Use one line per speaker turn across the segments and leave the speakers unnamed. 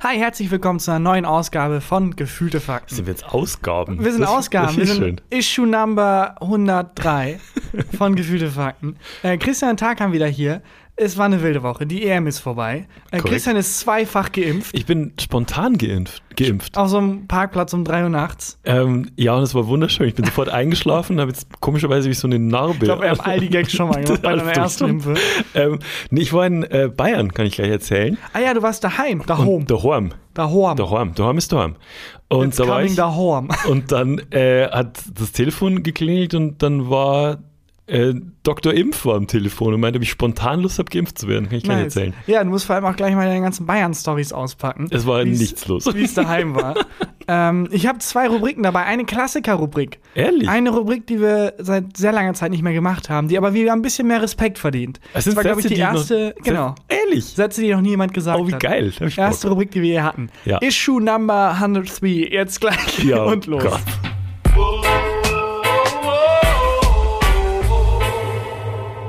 Hi, herzlich willkommen zu einer neuen Ausgabe von Gefühlte Fakten.
Sind wir jetzt Ausgaben?
Wir sind
Das-
Ausgaben,
das
wir
ist
sind
schön.
Issue Number 103 von Gefühlte Fakten. Äh, Christian und Tarkan wieder hier. Es war eine wilde Woche, die EM ist vorbei. Äh,
Korrekt.
Christian ist zweifach geimpft,
Ich bin spontan geimpft. geimpft.
auf so einem Parkplatz um 3 Uhr nachts.
Ähm, ja, und es war wunderschön. Ich bin sofort eingeschlafen, habe jetzt komischerweise wie so eine Narbe.
Ich glaube, wir haben all die Gags schon mal gemacht bei
Alles
deiner ersten Impfe.
durchstimmt. ähm, nee, ich war in äh, Bayern, kann ich gleich erzählen.
Ah ja, du warst daheim, daheim,
Daheim.
daheim.
Daheim. Daheim ist daheim. Und
It's
da war
coming
ich.
daheim.
Und dann äh, hat das Telefon geklingelt und dann war äh, Dr. Impf war am Telefon und meinte, ob ich spontan Lust habe, geimpft zu werden. Kann ich gleich
Nice.
erzählen.
Ja, du musst vor allem auch gleich mal deine ganzen Bayern-Stories auspacken.
Es war
wie's-
nichts los.
Wie es daheim war. ähm, ich habe zwei Rubriken dabei. Eine Klassiker-Rubrik.
Ehrlich?
Eine Rubrik, die wir seit sehr langer Zeit nicht mehr gemacht haben, die aber wieder ein bisschen mehr Respekt verdient.
Es sind
das war, glaube ich,
Sätze,
die
die noch-
erste. genau.
Ehrlich?
Sätze, die noch nie jemand gesagt
Oh, wie
hat.
geil. Hab ich Bock.
Erste Rubrik, die wir hier hatten.
Ja.
Issue Number 103. Jetzt gleich
Ja,
und los.
krass.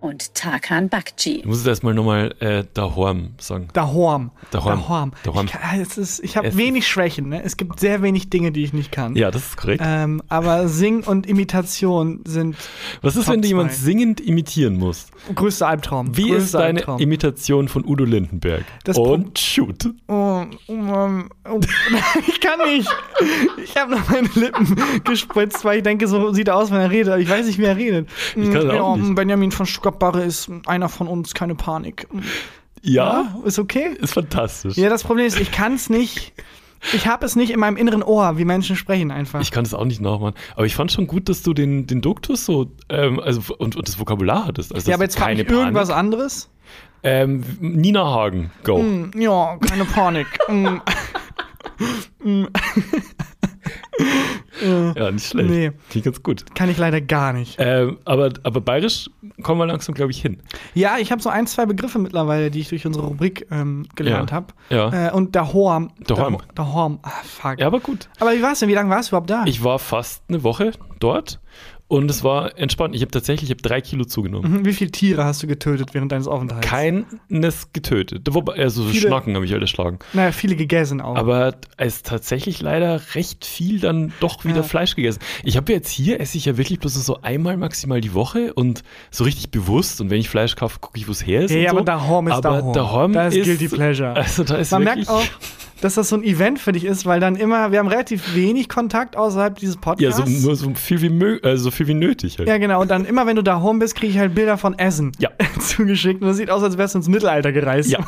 und Tarkan Bakci.
Du musst es erstmal nochmal äh, Dahorm sagen.
Daheim.
Daheim.
Daheim.
Daheim.
Ich, kann- es ist- ich habe
Es-
wenig Schwächen. Ne? Es gibt sehr wenig Dinge, die ich nicht kann.
Ja, das ist korrekt.
Ähm, aber Sing und Imitation sind
Was ist,
Top
wenn du jemand
zwei.
singend imitieren musst?
größter Albtraum.
Wie
größter
ist deine
Albtraum.
Imitation von Udo Lindenberg?
Das Pro-
Und shoot.
Oh, oh, ähm, oh, nein, ich kann nicht. Ich habe noch meine Lippen gespritzt, weil ich denke, so sieht er aus, wenn er redet. Aber ich weiß nicht, wie er redet.
Ich kann
Mm, ja,
auch nicht.
Benjamin von Stuttgart-Barre ist einer von uns, keine Panik. Mm,
Ja,
ja, ist okay?
ist fantastisch.
Ja, das Problem ist, ich kann es nicht. Ich habe es nicht in meinem inneren Ohr, wie Menschen sprechen einfach.
Ich kann das auch nicht nachmachen. Aber ich fand schon gut, dass du den, den Duktus so ähm, also, und, und das Vokabular hattest. Also,
ja,
das
aber jetzt frag
keine
ich irgendwas
Panik.
anderes.
Ähm, Nina Hagen, go.
Mm, Ja, keine Panik. Mm,
Ja, nicht schlecht.
Nee.
Klingt ganz gut.
kann ich leider gar nicht.
Ähm, aber, aber bayerisch kommen wir langsam, glaube ich, hin.
Ja, ich habe so ein, zwei Begriffe mittlerweile, die ich durch unsere Rubrik ähm, gelernt
Ja.
habe.
Ja.
Äh, und der Horm.
Dahorm.
Der Horm. Ah, fuck.
Ja, aber gut.
Aber wie war's denn? Wie lange warst du überhaupt da?
Ich war fast eine Woche dort und es war entspannt. Ich habe tatsächlich ich hab drei Kilo zugenommen.
Hm, wie viele Tiere hast du getötet während deines Aufenthalts?
Keines getötet. Wobei, also so
Viele-
Schnacken habe ich halt erschlagen.
Naja, viele gegessen auch.
Aber es ist tatsächlich leider recht viel dann doch wieder
Ja.
Fleisch gegessen. Ich habe jetzt hier, esse ich ja wirklich bloß so einmal maximal die Woche und so richtig bewusst. Und wenn ich Fleisch kaufe, gucke ich, wo es her ist.
Ja,
und
ja,
so.
aber daheim ist
aber
daheim.
daheim
Da ist
ist
guilty pleasure.
Also da ist
Man
wirklich,
merkt auch, dass das so ein Event für dich ist, weil dann immer, wir haben relativ wenig Kontakt außerhalb dieses
Ja,
Podcasts.
so, nur so viel wie, mö- äh, so viel wie nötig halt.
Ja, genau. Und dann immer, wenn du da home bist, kriege ich halt Bilder von Essen
Ja.
zugeschickt. Und das sieht aus, als wärst du ins Mittelalter gereist.
Ja.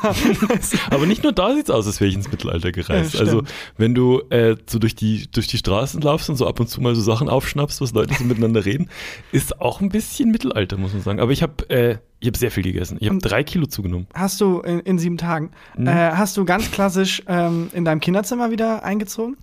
Aber nicht nur da sieht's aus, als wäre ich ins Mittelalter gereist.
Ja,
also,
stimmt.
wenn du äh, so durch die, durch die Straßen laufst und so ab und zu mal so Sachen aufschnappst, was Leute so miteinander reden, ist auch ein bisschen Mittelalter, muss man sagen. Aber ich habe äh, ich hab sehr viel gegessen. Ich habe drei Kilo zugenommen.
Hast du in, in sieben Tagen,
Mhm.
äh, hast du ganz klassisch ähm, in deinem Kinderzimmer wieder eingezogen?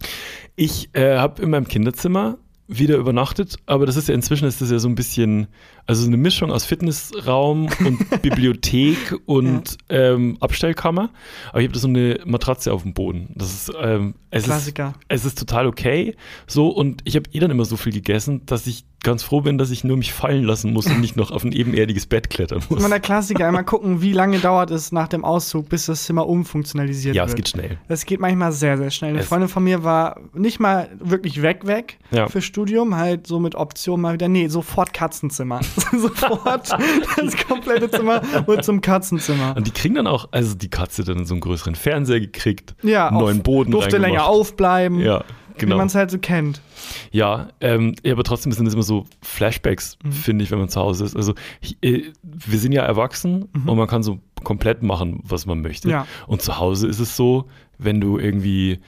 Ich äh, habe in meinem Kinderzimmer wieder übernachtet, aber das ist ja inzwischen ist das ja so ein bisschen, also so eine Mischung aus Fitnessraum und Bibliothek und ähm, Abstellkammer. Aber ich habe da so eine Matratze auf dem Boden. Das ist, ähm, es
Klassiker.
Ist, es ist total okay. So, und ich habe eh dann immer so viel gegessen, dass ich ganz froh bin, dass ich nur mich fallen lassen muss und nicht noch auf ein ebenerdiges Bett klettern muss.
Immer der Klassiker, einmal gucken, wie lange dauert es nach dem Auszug, bis das Zimmer umfunktionalisiert
Ja,
wird.
es geht schnell.
Das geht manchmal sehr, sehr schnell. Eine
Es-
Freundin von mir war nicht mal wirklich weg, weg
Ja.
für Studium, halt so mit Option mal wieder, nee, sofort Katzenzimmer. sofort das komplette Zimmer wird zum Katzenzimmer.
Und die kriegen dann auch, also die Katze dann so einen größeren Fernseher gekriegt,
Ja, auf-
neuen Boden
durfte länger
reingemacht.
aufbleiben,
Ja, genau.
wie man es halt so kennt.
Ja, ähm, ja, aber trotzdem sind es immer so Flashbacks,
Mhm.
finde ich, wenn man zu Hause ist. Also ich, äh, wir sind ja erwachsen und man kann so komplett machen, was man möchte.
Mhm. Ja.
Und zu Hause ist es so, wenn du irgendwie,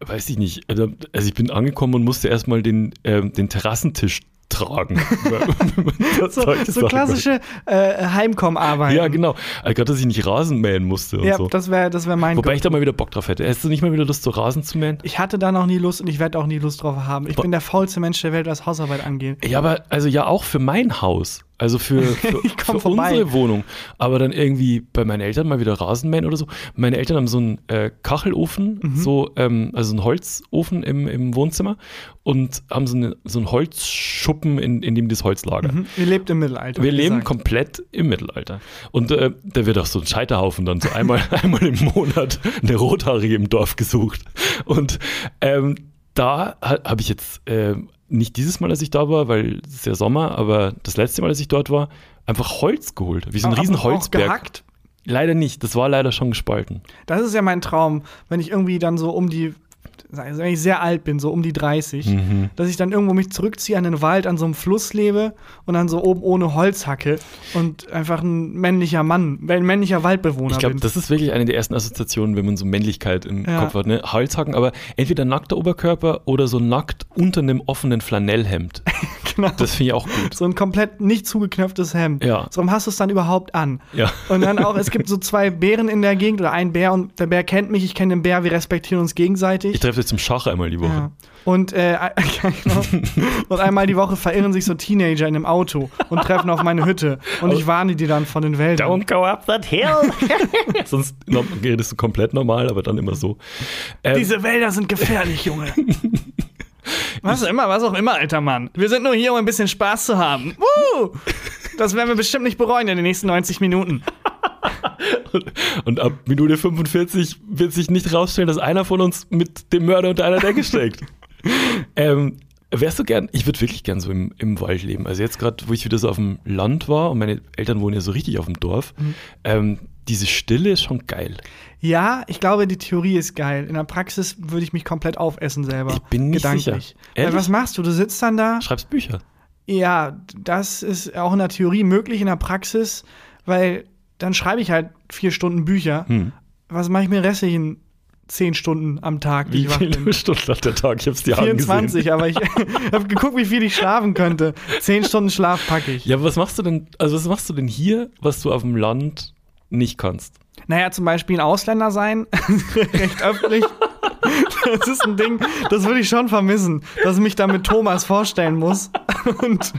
weiß ich nicht, also also ich bin angekommen und musste erstmal den, ähm, den Terrassentisch tragen. wenn man das
So,
Zeug
so
sagen möchte.
klassische äh, Heimkommarbeiten.
Ja, genau. Also Gerade, dass ich nicht Rasen mähen musste und
Ja,
so.
das wäre das wär mein
Wobei
Wobei
ich da mal wieder Bock drauf hätte. Hättest du nicht mal wieder Lust, so Rasen zu mähen?
ich hatte da noch nie Lust und ich werde auch nie Lust drauf haben. Ich
Bo-
Hm. bin der faulste Mensch der Welt, was Hausarbeit angeht.
Ja, aber also ja auch für mein Haus. Also für, für,
Ich komm
für
vorbei.
unsere Wohnung. Aber dann irgendwie bei meinen Eltern mal wieder Rasenmähen oder so. Meine Eltern haben so einen äh, Kachelofen,
Mhm.
so, ähm, also einen Holzofen im, im Wohnzimmer und haben so, eine, so einen Holzschuppen, in, in dem das Holz lagert.
Mhm. Ihr lebt im Mittelalter.
Wir
wie
leben
gesagt.
komplett im Mittelalter. Und äh, da wird auch so ein Scheiterhaufen dann so einmal, einmal im Monat eine Rothaarige im Dorf gesucht. Und ähm, da ha, habe ich jetzt ähm, nicht dieses Mal, als ich da war, weil es ist ja Sommer, aber das letzte Mal, als ich dort war, einfach Holz geholt. Wie so ein
Aber
riesen
auch
Holzberg.
gehackt.
Leider nicht. Das war leider schon gespalten.
Das ist ja mein Traum, wenn ich irgendwie dann so um die, also wenn ich sehr alt bin, so um die 30,
Mhm.
dass ich dann irgendwo mich zurückziehe an den Wald, an so einem Fluss lebe und dann so oben ohne Holz hacke und einfach ein männlicher Mann, ein männlicher Waldbewohner
Ich glaube,
bin.
das ist wirklich eine der ersten Assoziationen, wenn man so Männlichkeit im
Ja.
Kopf hat. Ne? Halshacken, aber entweder nackter Oberkörper oder so nackt unter einem offenen Flanellhemd.
genau.
Das finde ich auch gut.
so ein komplett nicht zugeknöpftes Hemd.
Ja.
So warum hast du es dann überhaupt an.
Ja.
Und dann auch, es gibt so zwei Bären in der Gegend oder ein Bär und der Bär kennt mich, ich kenne den Bär, wir respektieren uns gegenseitig.
Ich treffe dich zum Schach einmal die Woche.
Ja. Und, äh, genau. und einmal die Woche verirren sich so Teenager in einem Auto und treffen auf meine Hütte. Und ich warne die dann von den Wäldern.
go up that hill. Sonst no- redest du komplett normal, aber dann immer so. Ähm,
Diese Wälder sind gefährlich, Junge. Was auch immer, was auch immer, alter Mann. Wir sind nur hier, um ein bisschen Spaß zu haben. Woo! Das werden wir bestimmt nicht bereuen in den nächsten 90 Minuten.
und ab Minute 45 wird sich nicht rausstellen, dass einer von uns mit dem Mörder unter einer Decke steckt. ähm, wärst du gern, ich würde wirklich gern so im, im Wald leben. Also jetzt gerade, wo ich wieder so auf dem Land war und meine Eltern wohnen ja so richtig auf dem Dorf, ähm, diese Stille ist schon geil.
Ja, ich glaube, die Theorie ist geil. In der Praxis würde ich mich komplett aufessen selber.
Ich bin nicht
gedanklich.
sicher.
Weil
Ehrlich?
was machst du? Du sitzt dann da.
Schreibst Bücher.
Ja, das ist auch in der Theorie möglich, in der Praxis, weil dann schreibe ich halt vier Stunden Bücher.
Hm.
Was mache ich mir restlichen zehn Stunden am Tag, die
Wie
ich wach bin?
viele Stunden hat der Tag? Ich hab's dir
24,
angesehen.
aber ich habe geguckt, wie viel ich schlafen könnte. Zehn Stunden Schlaf packe ich.
Ja, aber was machst du denn, also was machst du denn hier, was du auf dem Land nicht kannst?
Naja, zum Beispiel ein Ausländer sein, recht öffentlich. Das ist ein Ding, das würde ich schon vermissen, dass ich mich da mit Thomas vorstellen muss und,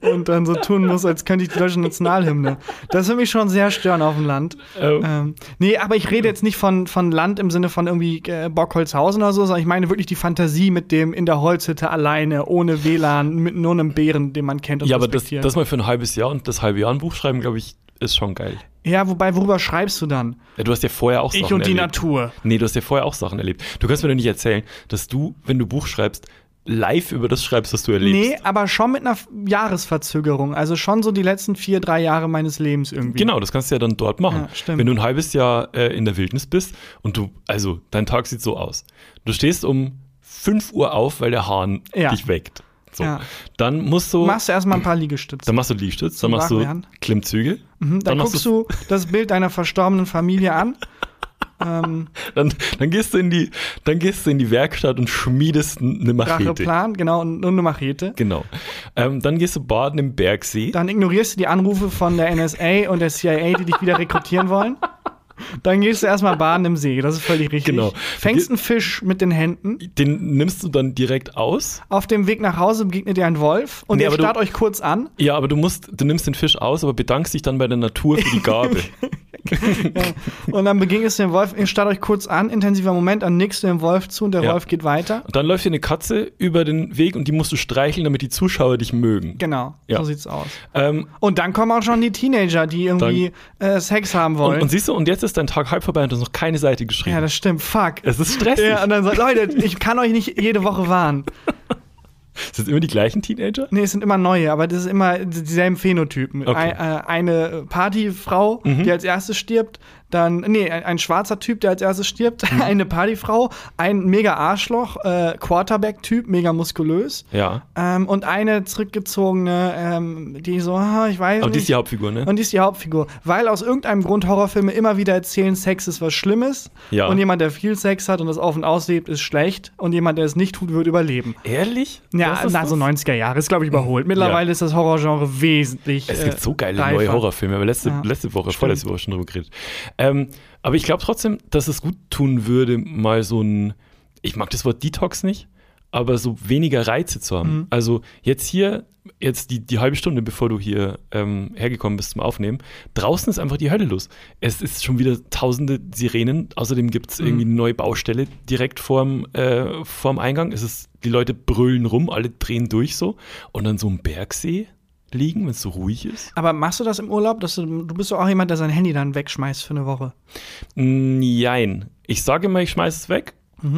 und dann so tun muss, als könnte ich die deutsche Nationalhymne. Das würde mich schon sehr stören auf dem Land.
Ähm.
Ähm, nee, aber ich rede jetzt nicht von, von Land im Sinne von irgendwie äh, Bockholzhausen oder so, sondern ich meine wirklich die Fantasie mit dem in der Holzhütte alleine, ohne WLAN, mit nur einem Bären, den man kennt und
Ja, aber das,
respektiert.
das mal für ein halbes Jahr und das halbe Jahr ein Buch schreiben, glaube ich, ist schon geil.
ja, wobei, worüber schreibst du dann?
Ja, du hast ja vorher auch Sachen
Ich und die
erlebt.
Natur.
Nee, du hast ja vorher auch Sachen erlebt. Du kannst mir doch nicht erzählen, dass du, wenn du Buch schreibst, live über das schreibst, was du erlebst.
Nee, aber schon mit einer F- Jahresverzögerung. Also schon so die letzten vier, drei Jahre meines Lebens irgendwie.
Genau, das kannst du ja dann dort machen.
Ja, stimmt.
Wenn du ein halbes Jahr äh, in der Wildnis bist und du, also dein Tag sieht so aus. Du stehst um 5 Uhr auf, weil der Hahn
Ja.
dich weckt. So.
Ja.
Dann musst du,
Machst du erstmal ein paar Liegestütze.
dann machst du Liegestütz, dann machst du
Nachwärmen.
Klimmzüge.
Mhm, dann
machst
guckst du das Bild deiner verstorbenen Familie an.
Dann, dann, gehst du in die, dann gehst du in die Werkstatt und schmiedest eine Machete.
Racheplan, genau, und, und eine Machete.
Genau. Ähm, dann gehst du baden im Bergsee.
Dann ignorierst du die Anrufe von der NSA und der CIA, die dich wieder rekrutieren wollen. Dann gehst du erstmal baden im See, das ist völlig richtig.
Genau.
Fängst einen Fisch mit den Händen.
Den nimmst du dann direkt aus.
Auf dem Weg nach Hause begegnet dir ein Wolf und
Nee,
ihr
aber du-
starrt euch kurz an.
Ja, aber du musst, du nimmst den Fisch aus, aber bedankst dich dann bei der Natur für die Gabe.
Genau. Und dann begegnest du dem Wolf, ihr starrt euch kurz an, intensiver Moment, dann nickst du dem Wolf zu und der
Ja.
Wolf geht weiter.
und dann läuft dir eine Katze über den Weg und die musst du streicheln, damit die Zuschauer dich mögen.
Genau,
Ja.
so sieht's aus.
Ähm,
Und dann kommen auch schon die Teenager, die irgendwie äh, Sex haben wollen.
und, und siehst du, und jetzt ist dein Tag halb vorbei und du hast noch keine Seite geschrieben.
ja, das stimmt. Fuck.
es ist stressig.
Ja, und dann sagt, Leute, ich kann euch nicht jede Woche warnen.
Sind es immer die gleichen Teenager?
Nee, es sind immer neue, aber das ist immer dieselben Phänotypen.
Okay. Mhm.
Ein, äh, eine Partyfrau, die als erstes stirbt, dann, nee, ein, ein schwarzer Typ, der als erstes stirbt,
Mhm.
eine Partyfrau, ein mega Arschloch, äh, Quarterback-Typ, mega muskulös.
Ja.
Ähm, und eine zurückgezogene, ähm, die so, ah, ich weiß
Aber
nicht.
die ist die Hauptfigur, ne?
Und die ist die Hauptfigur. Weil aus irgendeinem Grund Horrorfilme immer wieder erzählen, Sex ist was Schlimmes.
Ja.
Und jemand, der viel Sex hat und das auf und auslebt, ist schlecht. Und jemand, der es nicht tut, wird überleben.
Ehrlich?
Ja,
Das ist
also
das?
90er Jahre ist, glaube ich, überholt. Mittlerweile
Ja.
ist das Horrorgenre wesentlich.
Es
äh,
gibt so geile
reifer.
neue Horrorfilme, aber letzte,
Ja,
letzte Woche,
stimmt.
vorletzte Woche schon drüber geredet. Ähm, aber ich glaube trotzdem, dass es gut tun würde, mal so ein, ich mag das Wort Detox nicht, aber so weniger Reize zu haben.
Mhm.
Also jetzt hier, jetzt die, die halbe Stunde, bevor du hier ähm, hergekommen bist zum Aufnehmen, draußen ist einfach die Hölle los. Es ist schon wieder tausende Sirenen. Außerdem gibt
Mhm.
es irgendwie eine neue Baustelle direkt vorm, äh, vorm Eingang. Es ist, die Leute brüllen rum, alle drehen durch so. Und dann so ein Bergsee liegen, wenn es so ruhig ist.
Aber machst du das im Urlaub? Dass du, du bist doch auch jemand, der sein Handy dann wegschmeißt für eine Woche.
Nein. Ich sage immer, ich schmeiße es weg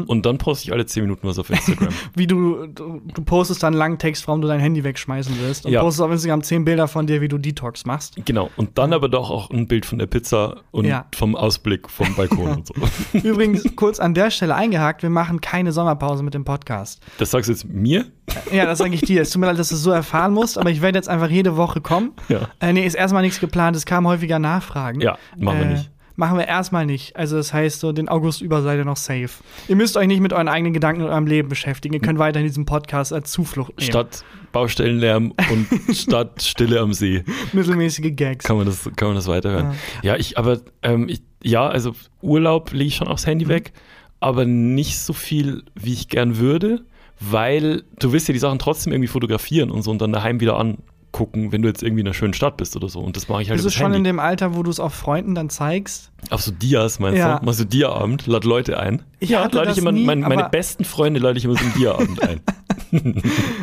und dann poste ich alle 10 Minuten was auf Instagram.
Wie du, du, du postest dann einen langen Text, warum du dein Handy wegschmeißen willst. Und
Ja.
postest auf Instagram zehn Bilder von dir, wie du Detox machst.
genau. Und dann aber doch auch ein Bild von der Pizza und
Ja.
vom Ausblick vom Balkon und so.
Übrigens, kurz an der Stelle eingehakt, wir machen keine Sommerpause mit dem Podcast.
Das sagst du jetzt mir?
Ja, das sage ich dir. Es tut mir leid, dass du es so erfahren musst, aber ich werde jetzt einfach jede Woche kommen.
Ja.
Äh, nee, ist erstmal nichts geplant. Es kamen häufiger Nachfragen. Äh,
Ja, machen wir nicht.
Machen wir erstmal nicht. Also, das heißt, so den August über seid ihr noch safe. Ihr müsst euch nicht mit euren eigenen Gedanken und eurem Leben beschäftigen. Ihr könnt weiterhin diesen Podcast als Zuflucht nehmen.
Hm. Statt Baustellenlärm und statt Stille am See
Mittelmäßige Gags.
kann man das, kann man das weiterhören. Ja, ich, aber ähm, ich, ja, also Urlaub lege ich schon aufs
Mhm.
Handy weg, aber nicht so viel, wie ich gern würde, weil du willst ja die Sachen trotzdem irgendwie fotografieren und so und dann daheim wieder angucken, wenn du jetzt irgendwie in einer schönen Stadt bist oder so. Und das mache ich halt
Bist du
übers
schon
Handy.
in dem Alter, wo du es auch Freunden dann zeigst?
Auf so Dias meinst
Ja.
du? Mal so Dia-Abend, lad Leute ein.
Ich
ja,
hatte
lade
das
ich immer,
nie,
mein, meine
aber-
besten Freunde lade ich immer zum Dia-Abend ein.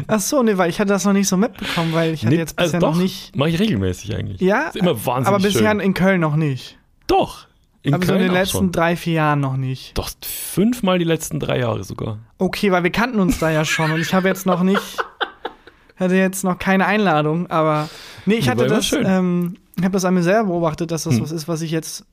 Ach so, nee, weil ich hatte das noch nicht so mitbekommen, weil ich hatte
Nee,
jetzt bisher
also doch,
noch nicht.
Mache ich regelmäßig eigentlich.
Ja,
Ist immer wahnsinnig
aber bisher
schön.
in Köln noch nicht.
Doch. In
aber so in den
auch
letzten
schon.
drei, vier Jahren noch nicht.
Doch, fünfmal die letzten drei Jahre sogar.
Okay, weil wir kannten uns da ja schon und ich habe jetzt noch nicht, hatte jetzt noch keine Einladung, aber nee, ich
Ja, war
hatte
immer
das,
schön. Hm.
ähm, ich habe das an mir selber beobachtet, dass das was ist, was ich jetzt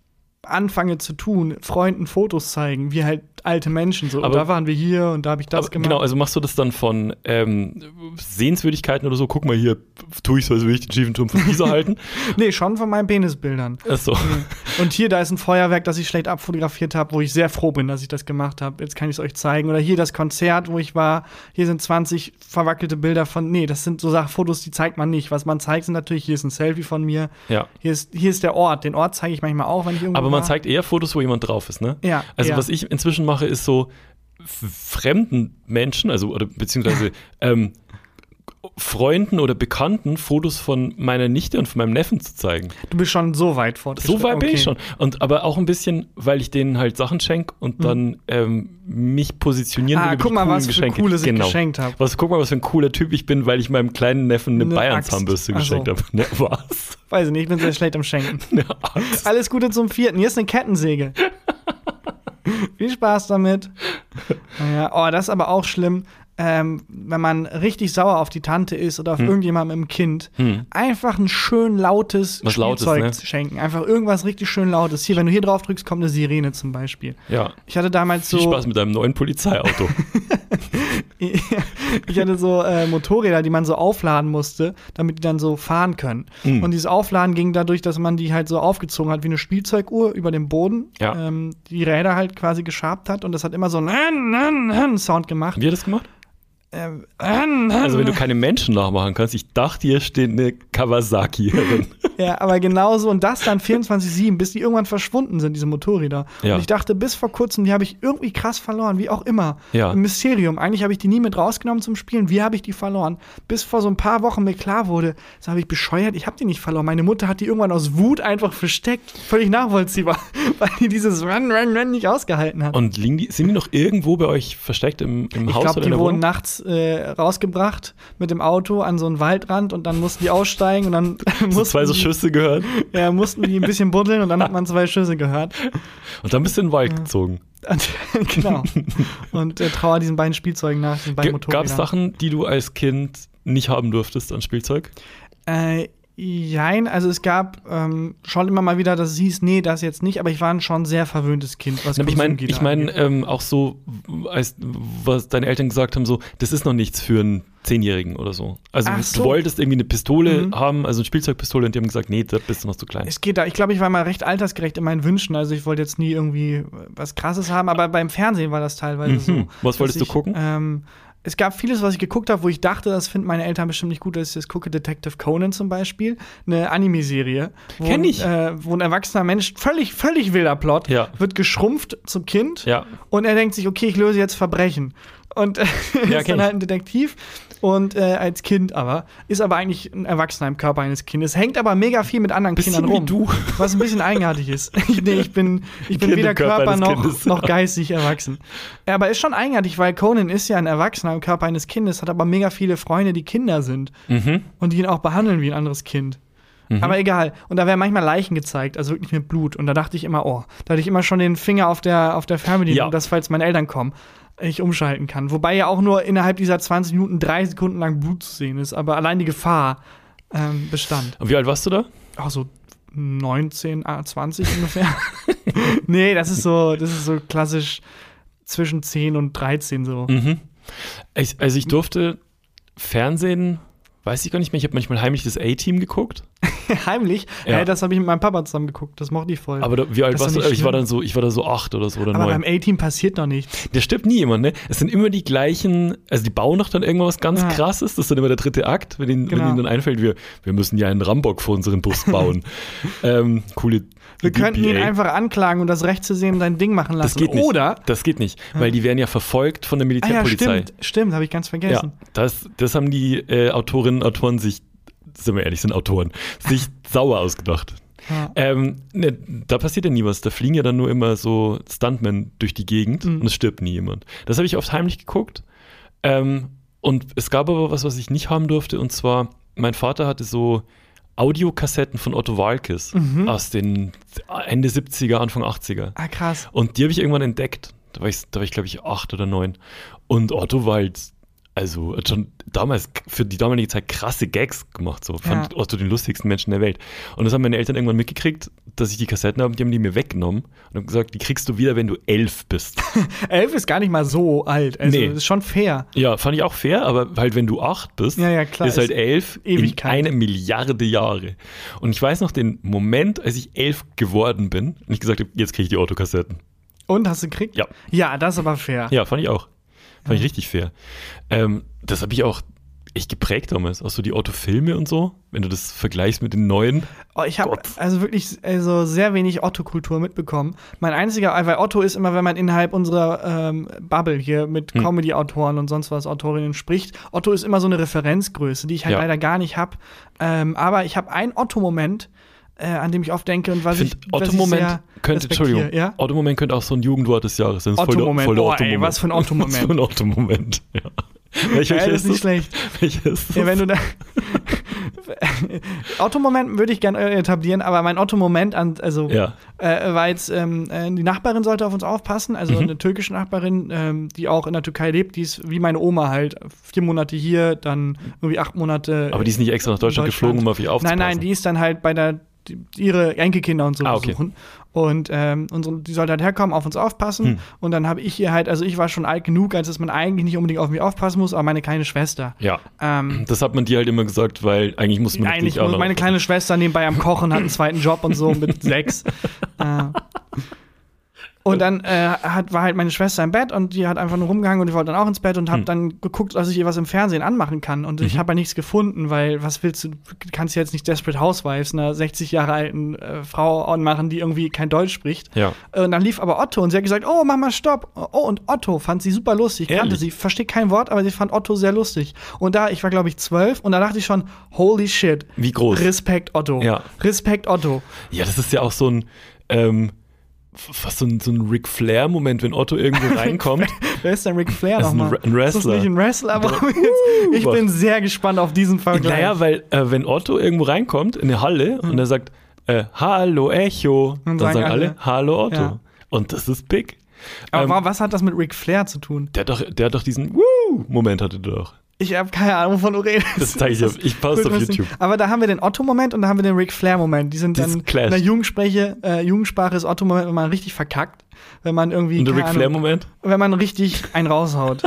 anfange zu tun, Freunden Fotos zeigen, wie halt alte Menschen so.
Aber-
und da waren wir hier und da habe ich das
Aber
gemacht.
Genau, also machst du das dann von ähm, Sehenswürdigkeiten oder so? Guck mal hier, tue ich so, als würde ich den schiefen Turm von Pisa halten.
Nee, schon von meinen Penisbildern.
Achso.
Mhm. Und hier, da ist ein Feuerwerk, das ich schlecht abfotografiert habe, wo ich sehr froh bin, dass ich das gemacht habe. Jetzt kann ich es euch zeigen. Oder hier das Konzert, wo ich war. Hier sind 20 verwackelte Bilder von. Nee, das sind so Sachen, Fotos, die zeigt man nicht. Was man zeigt, sind natürlich, hier ist ein Selfie von mir.
Ja.
Hier ist, hier ist der Ort. Den Ort zeige ich manchmal auch, wenn ich irgendwo
Aber man
war.
zeigt eher Fotos, wo jemand drauf ist, ne?
Ja,
Also
ja.
was ich inzwischen mache, ist so f- fremden Menschen, also oder beziehungsweise ähm, Freunden oder Bekannten Fotos von meiner Nichte und von meinem Neffen zu zeigen.
Du bist schon so weit fortgeschritten.
So weit bin ich schon.
Okay.
Und aber auch ein bisschen, weil ich denen halt Sachen schenke und dann ähm, mich positionieren
Hm. Ah,
über die
guck mal,
coolen
was für
Geschenke.
cooles ich
genau.
geschenkt hab.
Was, guck mal, was für ein cooler Typ ich bin, weil ich meinem kleinen Neffen eine,
Eine
Bayern-Zahnbürste
Axt.
geschenkt habe. Ne, was?
Weiß ich nicht, ich bin sehr schlecht im Schenken.
Eine Axt.
Alles Gute zum vierten. Hier ist eine Kettensäge. Viel Spaß damit. Naja, oh, das ist aber auch schlimm, ähm, wenn man richtig sauer auf die Tante ist oder auf
Hm.
irgendjemanden mit dem Kind. Einfach ein schön lautes
Was Lautes,
Spielzeug
ne?
schenken. Einfach irgendwas richtig schön Lautes. Hier, wenn du hier drauf drückst, kommt eine Sirene zum Beispiel.
Ja.
Ich hatte damals
Viel
so,
Spaß mit deinem neuen Polizeiauto.
ich hatte so äh, Motorräder, die man so aufladen musste, damit die dann so fahren können.
Mhm.
Und dieses Aufladen ging dadurch, dass man die halt so aufgezogen hat wie eine Spielzeuguhr über dem Boden,
Ja.
ähm, die Räder halt quasi geschabt hat und das hat immer so einen Sound gemacht.
Wie hat das gemacht?
Ähm, äh, äh.
Also wenn du keine Menschen nachmachen kannst, ich dachte, hier steht eine Kawasaki.
Ja, aber genauso und das dann 24-7, bis die irgendwann verschwunden sind, diese Motorräder.
Ja.
Und ich dachte bis vor kurzem, die habe ich irgendwie krass verloren, wie auch immer.
Ja.
Ein Mysterium. Eigentlich habe ich die nie mit rausgenommen zum Spielen. Wie habe ich die verloren? Bis vor so ein paar Wochen mir klar wurde, das habe ich bescheuert, ich habe die nicht verloren. Meine Mutter hat die irgendwann aus Wut einfach versteckt. Völlig nachvollziehbar, weil die dieses Run, Run, Run nicht ausgehalten hat.
Und liegen die, sind die noch irgendwo bei euch versteckt im, im
Ich
Haus
glaube,
oder in
die
der
wurden
Wohnung?
nachts äh, rausgebracht mit dem Auto an so einen Waldrand und dann mussten die aussteigen und dann
So
mussten,
zwei so
die,
Schüsse gehört
ja, mussten die ein bisschen buddeln und dann hat man zwei Schüsse gehört.
und dann bist du in den Wald gezogen.
Und- genau. Und äh, trauer diesen beiden Spielzeugen nach, diesen beiden
Gab
Motorrädern.
es Sachen, die du als Kind nicht haben durftest an Spielzeug?
Äh, jein, also es gab ähm, schon immer mal wieder, dass es hieß, nee, das jetzt nicht, aber ich war ein schon sehr verwöhntes Kind, was
Na, aber ich meine,
Konsumgier
ich meine
angeht.
ähm, auch so, als was deine Eltern gesagt haben, so, das ist noch nichts für einen Zehnjährigen oder so. Also
Ach
du
so.
wolltest irgendwie eine Pistole haben, also eine Spielzeugpistole, und die haben gesagt, nee, da bist du noch zu klein.
Es geht da, ich glaube, ich war mal recht altersgerecht in meinen Wünschen, also ich wollte jetzt nie irgendwie äh, was krasses haben, aber beim Fernsehen war das teilweise so.
Mhm. Was
dass
wolltest du
ich,
gucken?
Ähm, es gab vieles, was ich geguckt habe, wo ich dachte, das finden meine Eltern bestimmt nicht gut, dass ich das gucke. Detective Conan zum Beispiel, eine Anime-Serie. wo
Kenn
ein,
ich.
Äh, wo ein erwachsener Mensch, völlig, völlig wilder Plot,
Ja.
wird geschrumpft zum Kind.
Ja.
Und er denkt sich, okay, ich löse jetzt Verbrechen. Und äh,
Ja,
ist dann
kenn ich.
halt ein Detektiv und äh, als Kind aber. Ist aber eigentlich ein Erwachsener im Körper eines Kindes. Hängt aber mega viel mit anderen
Bisschen
Kindern
wie
rum.
du.
Was ein bisschen eigenartig ist. Ich, nee, ich bin, ich bin
Kind im
weder
Körper
Körper
eines
noch,
Kindes.
noch geistig erwachsen. Ja, Aber ist schon eigenartig, weil Conan ist ja ein Erwachsener im Körper eines Kindes, hat aber mega viele Freunde, die Kinder sind
Mhm.
und die ihn auch behandeln wie ein anderes Kind. Aber egal. Und da werden manchmal Leichen gezeigt, also wirklich mit Blut. Und da dachte ich immer, oh, da hatte ich immer schon den Finger auf der, auf der Fernbedienung,
Ja.
dass, falls meine Eltern kommen, ich umschalten kann. Wobei ja auch nur innerhalb dieser 20 Minuten drei Sekunden lang Blut zu sehen ist, aber allein die Gefahr ähm, bestand.
Und wie alt warst du da?
Ach so 19, ah, 20 ungefähr. nee, das ist so, das ist so klassisch zwischen 10 und 13 so.
Mhm. Ich, also ich durfte Fernsehen, weiß ich gar nicht mehr, ich habe manchmal heimlich das A-Team geguckt.
Heimlich.
Ja.
Äh, das habe ich mit meinem Papa zusammen geguckt, das mochte ich voll.
Aber da, wie alt
Das ist
warst
doch
du?
nicht
Ich war
schlimm.
dann so, ich war da so acht oder so oder
aber
neun.
beim A-Team passiert noch nichts.
Der stirbt nie jemand, ne? Es sind immer die gleichen, also die bauen noch dann irgendwas ganz
Ja.
krasses, das ist dann immer der dritte Akt, wenn ihnen,
Genau.
wenn ihnen dann einfällt, wir, wir müssen ja einen Rambock für unseren Bus bauen. ähm, coole
Wir könnten ihn
DPA.
einfach anklagen und das Rechtssystem sein Ding machen lassen.
das geht nicht.
Oder.
Das geht nicht, weil die werden ja verfolgt von der
Ah ja,
Militärpolizei.
stimmt, stimmt, habe ich ganz
Ja,
vergessen.
das, das haben die äh, Autorinnen und Autoren sich, sind wir ehrlich, sind Autoren, sich sauer ausgedacht.
Ja.
Ähm, ne, da passiert ja nie was. Da fliegen ja dann nur immer so Stuntmen durch die Gegend und es stirbt nie jemand. Das habe ich oft heimlich geguckt. Ähm, und es gab aber was, was ich nicht haben durfte. Und zwar, mein Vater hatte so Audiokassetten von Otto Walkes aus den Ende 70er, Anfang 80er.
Ah, krass.
Und die habe ich irgendwann entdeckt. Da war ich, da war ich glaube ich, acht oder neun. Und Otto war halt, also hat schon damals, für die damalige Zeit krasse Gags gemacht. So fand
Ja.
Otto den lustigsten Menschen der Welt. Und das haben meine Eltern irgendwann mitgekriegt, dass ich die Kassetten habe und die haben die mir weggenommen und haben gesagt, die kriegst du wieder, wenn du elf bist.
Elf ist gar nicht mal so alt. Also,
Nee.
das ist schon fair.
ja, fand ich auch fair, aber halt, wenn du acht bist,
Ja, ja, klar,
ist halt
ist
elf
Ewigkeit.
in eine Milliarde Jahre. Und ich weiß noch den Moment, als ich elf geworden bin und ich gesagt habe, jetzt kriege ich die Autokassetten.
Und hast du gekriegt?
Ja.
Ja, das ist aber fair.
Ja, fand ich auch. Fand ich richtig fair. Ähm, das habe ich auch echt geprägt damals. Auch so die Autofilme und so, wenn du das vergleichst mit den neuen.
Oh, ich habe
Gott.
also wirklich also sehr wenig Otto-Kultur mitbekommen. Mein einziger, weil Otto ist immer, wenn man innerhalb unserer ähm, Bubble hier mit
Hm.
Comedy-Autoren und sonst was Autorinnen spricht, Otto ist immer so eine Referenzgröße, die ich halt
Ja.
leider gar nicht habe. Ähm, aber ich habe einen Otto-Moment, äh, an dem ich oft denke und was
Ich
Also ich,
finde,
was ich
Otto-Moment
sehr
könnte,
respektiere.
Entschuldigung,
Ja?
Otto-Moment könnte auch so ein Jugendwort des Jahres sein. Das ist voll der-
Otto-Moment.
voll der
Oh, ey,
Otto-Moment.
was für ein Otto-Moment.
Was für ein Otto-Moment, ja. Welcher
Ja,
welcher
das ist
ist
nicht
das?
schlecht.
Welcher ist das?
Ja, wenn du da. Otto-Moment würde ich gerne äh, etablieren, aber mein Otto-Moment an, also
Ja.
äh, war jetzt, ähm, äh, die Nachbarin sollte auf uns aufpassen, also
Mhm.
eine türkische Nachbarin, ähm, die auch in der Türkei lebt, die ist wie meine Oma halt, vier Monate hier, dann irgendwie acht Monate.
Aber die ist nicht extra nach Deutschland, geflogen, um auf dich aufzupassen.
Nein, nein, die ist dann halt bei der die, ihre Enkelkinder und so
Ah, okay.
besuchen. Und ähm, unsere, die sollte halt herkommen, auf uns aufpassen.
Hm.
Und dann habe ich ihr halt, also ich war schon alt genug, als dass man eigentlich nicht unbedingt auf mich aufpassen muss, aber meine kleine Schwester.
Ja.
Ähm,
Das hat man dir halt immer gesagt, weil eigentlich muss man auf
eigentlich,
dich auch
muss
noch
meine
aufpassen.
kleine Schwester nebenbei am Kochen, hat einen zweiten Job und so mit sechs. Äh, und dann äh, hat, war halt meine Schwester im Bett und die hat einfach nur rumgehangen und ich wollte dann auch ins Bett
Hm.
und habe dann geguckt, dass ich ihr was im Fernsehen anmachen kann. Und
Mhm.
ich habe ja nichts gefunden, weil was willst du, du kannst jetzt nicht Desperate Housewives einer 60 Jahre alten äh, Frau anmachen, die irgendwie kein Deutsch spricht.
Ja.
Äh, Und dann lief aber Otto und sie hat gesagt, oh Mama, stopp. Oh, und Otto fand sie super lustig.
Ehrlich?
Kannte sie, versteht kein Wort, aber sie fand Otto sehr lustig. Und da, ich war glaube ich zwölf und da dachte ich schon, holy shit.
Wie groß?
Respekt Otto.
Ja.
Respekt Otto.
Ja, das ist ja auch so ein, ähm, f- fast so ein, so ein Ric Flair-Moment, wenn Otto irgendwo reinkommt.
Wer ist denn Ric Flair
Das ist ein
nochmal?
Re- ein
Ist das
Wrestler.
nicht ein Wrestler? Aber ich bin sehr gespannt auf diesen Vergleich.
naja, weil äh, wenn Otto irgendwo reinkommt in eine Halle und er sagt, äh, Hallo Echo, dann
Hm. sagen
sagen, alle,
alle,
Hallo Otto.
ja.
Und das ist big.
aber
ähm,
wa- was hat das mit Ric Flair zu tun?
Der hat doch, der hat doch diesen Woo-Moment hatte der doch.
Ich habe keine Ahnung, von du redest.
Das zeige ich dir. Ich poste auf YouTube.
Aber da haben wir den Otto-Moment und da haben wir den Ric Flair-Moment. Die sind
Das
dann
clasht.
in der Jugendsprache, äh, Jugendsprache ist Otto-Moment, wenn man richtig verkackt. Wenn man irgendwie.
Und der
keine
Ric
Ahnung,
Flair-Moment?
Wenn man richtig einen raushaut.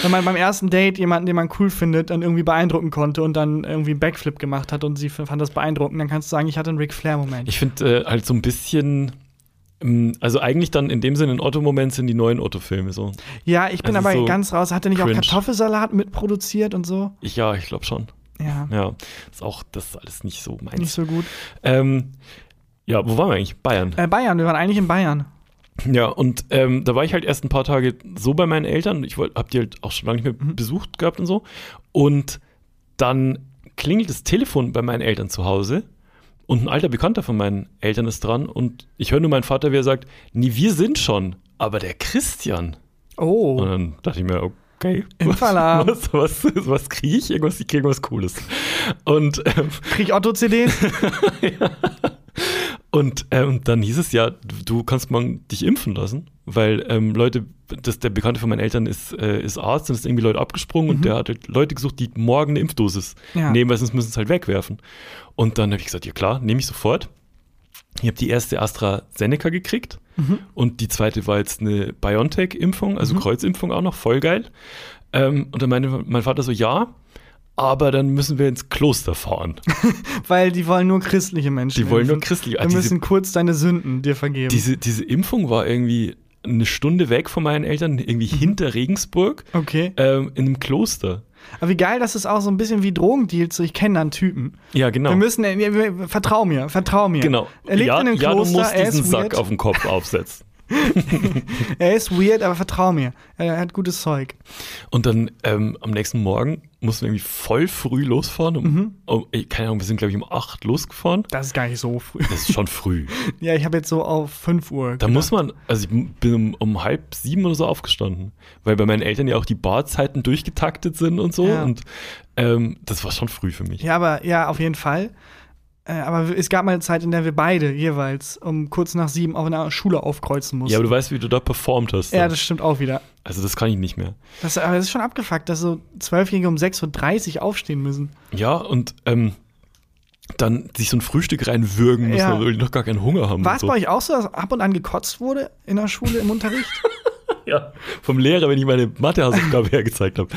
wenn man beim ersten Date jemanden, den man cool findet, dann irgendwie beeindrucken konnte und dann irgendwie einen Backflip gemacht hat und sie f- fand das beeindruckend, dann kannst du sagen, ich hatte einen Ric Flair-Moment.
Ich finde äh, halt so ein bisschen, ähm, also eigentlich dann in dem Sinne ein Otto-Moment sind die neuen Otto-Filme so.
Ja, ich bin
Also
aber
so
ganz raus. Hat er nicht
cringe.
auch Kartoffelsalat mitproduziert und so?
Ich, ja, ich glaube schon.
Ja,
Ja, ist auch, das ist alles nicht so meins.
nicht so gut.
Ähm, ja, wo waren wir eigentlich? Bayern.
Äh, Bayern, wir waren eigentlich in Bayern.
Ja, und ähm, da war ich halt erst ein paar Tage so bei meinen Eltern. Ich wollt- hab die halt auch schon lange nicht mehr besucht gehabt und so. Und dann klingelt das Telefon bei meinen Eltern zu Hause. Und ein alter Bekannter von meinen Eltern ist dran. Und ich höre nur meinen Vater, wie er sagt: Nee, wir sind schon, aber der Christian. Und
Oh.
dann dachte ich mir, okay, was,
Impfala.
was, was, was kriege ich? Irgendwas, ich kriege irgendwas Cooles. Und, ähm,
Krieg Otto CD?
und ähm, dann hieß es ja, du kannst morgen dich impfen lassen, weil ähm, Leute, das, der Bekannte von meinen Eltern ist, äh, ist Arzt und ist irgendwie Leute abgesprungen und der hat halt Leute gesucht, die morgen eine Impfdosis
Ja.
nehmen, weil sonst müssen sie es halt wegwerfen. Und dann habe ich gesagt, ja klar, nehme ich sofort. Ich habe die erste AstraZeneca gekriegt und die zweite war jetzt eine BioNTech-Impfung, also Kreuzimpfung auch noch, voll geil. Ähm, und dann meinte mein Vater so, ja, aber dann müssen wir ins Kloster fahren.
Weil die wollen nur christliche Menschen.
Die wollen nur
impfen.
christlich. Ah,
Wir
diese,
müssen kurz deine Sünden dir vergeben.
diese, diese Impfung war irgendwie eine Stunde weg von meinen Eltern, irgendwie hinter Regensburg,
Mhm. okay.
ähm, in einem Kloster.
Aber wie geil, das ist auch so ein bisschen wie Drogendeals. So, ich kenne da einen Typen.
Ja, genau.
Wir müssen, äh, wir, wir, vertrau mir, vertrau mir.
genau.
Er lebt
ja,
in einem
ja,
Kloster,
du musst
er ist
diesen
weird.
Sack auf den Kopf aufsetzen.
Er ist weird, aber vertrau mir. Er hat gutes Zeug.
Und dann ähm, am nächsten Morgen mussten wir irgendwie voll früh losfahren. Um,
Mhm.
um, ey, keine Ahnung, wir sind, glaube ich, um 8 losgefahren.
Das ist gar nicht so früh.
Das ist schon früh.
Ja, ich habe jetzt so auf 5 Uhr.
Da
gedacht.
muss man, also ich bin um, um halb sieben oder so aufgestanden, weil bei meinen Eltern ja auch die Barzeiten durchgetaktet sind und so.
Ja.
Und ähm, das war schon früh für mich.
Ja, aber ja, auf jeden Fall. Äh, Aber es gab mal eine Zeit, in der wir beide jeweils um kurz nach sieben auf einer Schule aufkreuzen mussten.
Ja, aber du weißt, wie du da performt hast.
ja,
dann.
das stimmt auch wieder.
also das kann ich nicht mehr.
Das, aber das ist schon abgefuckt, dass so Zwölfjährige um 6.30 Uhr aufstehen müssen.
Ja, und ähm, dann sich so ein Frühstück reinwürgen müssen,
Ja.
obwohl die noch gar keinen Hunger haben.
War
und
es
so.
bei euch auch so, dass ab und an gekotzt wurde in der Schule im Unterricht?
Ja, vom Lehrer, wenn ich meine Mathehausaufgabe hergezeigt habe.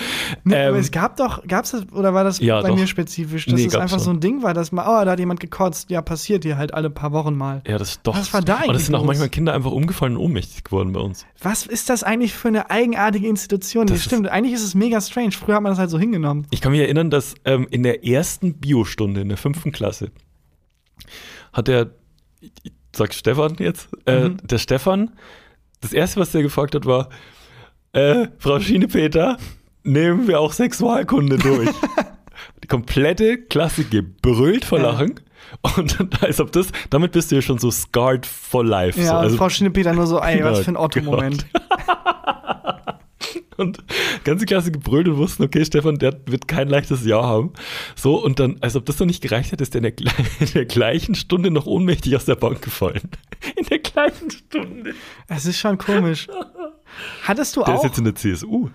Nee,
Ähm,
aber es gab doch, gab's das, oder war das
Ja,
bei
doch.
mir spezifisch, dass
Nee,
es
gab's
einfach
schon.
so ein Ding war, dass man, oh, da hat jemand gekotzt. Ja, passiert dir halt alle paar Wochen mal.
ja, das doch.
Was war da
Und
eigentlich
es sind auch
los?
manchmal Kinder einfach umgefallen und ohnmächtig geworden bei uns.
Was ist das eigentlich für eine eigenartige Institution?
Das
Das stimmt, eigentlich ist es mega strange. Früher hat man das halt so hingenommen.
Ich kann mich erinnern, dass ähm, in der ersten Biostunde in der fünften Klasse hat der, ich- ich sag Stefan jetzt, äh,
Mhm.
der Stefan, das erste, was der gefragt hat, war, äh, Frau Schienepeter, nehmen wir auch Sexualkunde durch? Die komplette Klasse gebrüllt vor
Ja.
Lachen. Und dann, als ob das, damit bist du ja schon so scarred for life. so.
Ja, und
Also
Frau Schneepeter nur so, ey, was
Ja,
für ein Otto-Moment.
Und ganze Klasse gebrüllt und wussten, okay, Stefan, der wird kein leichtes Jahr haben. So, und dann, als ob das noch nicht gereicht hätte, ist der in der, gle- in der gleichen Stunde noch ohnmächtig aus der Bank gefallen. In der gleichen Stunde.
Es ist schon komisch. Hattest du
Der ist
auch?
jetzt in der CSU.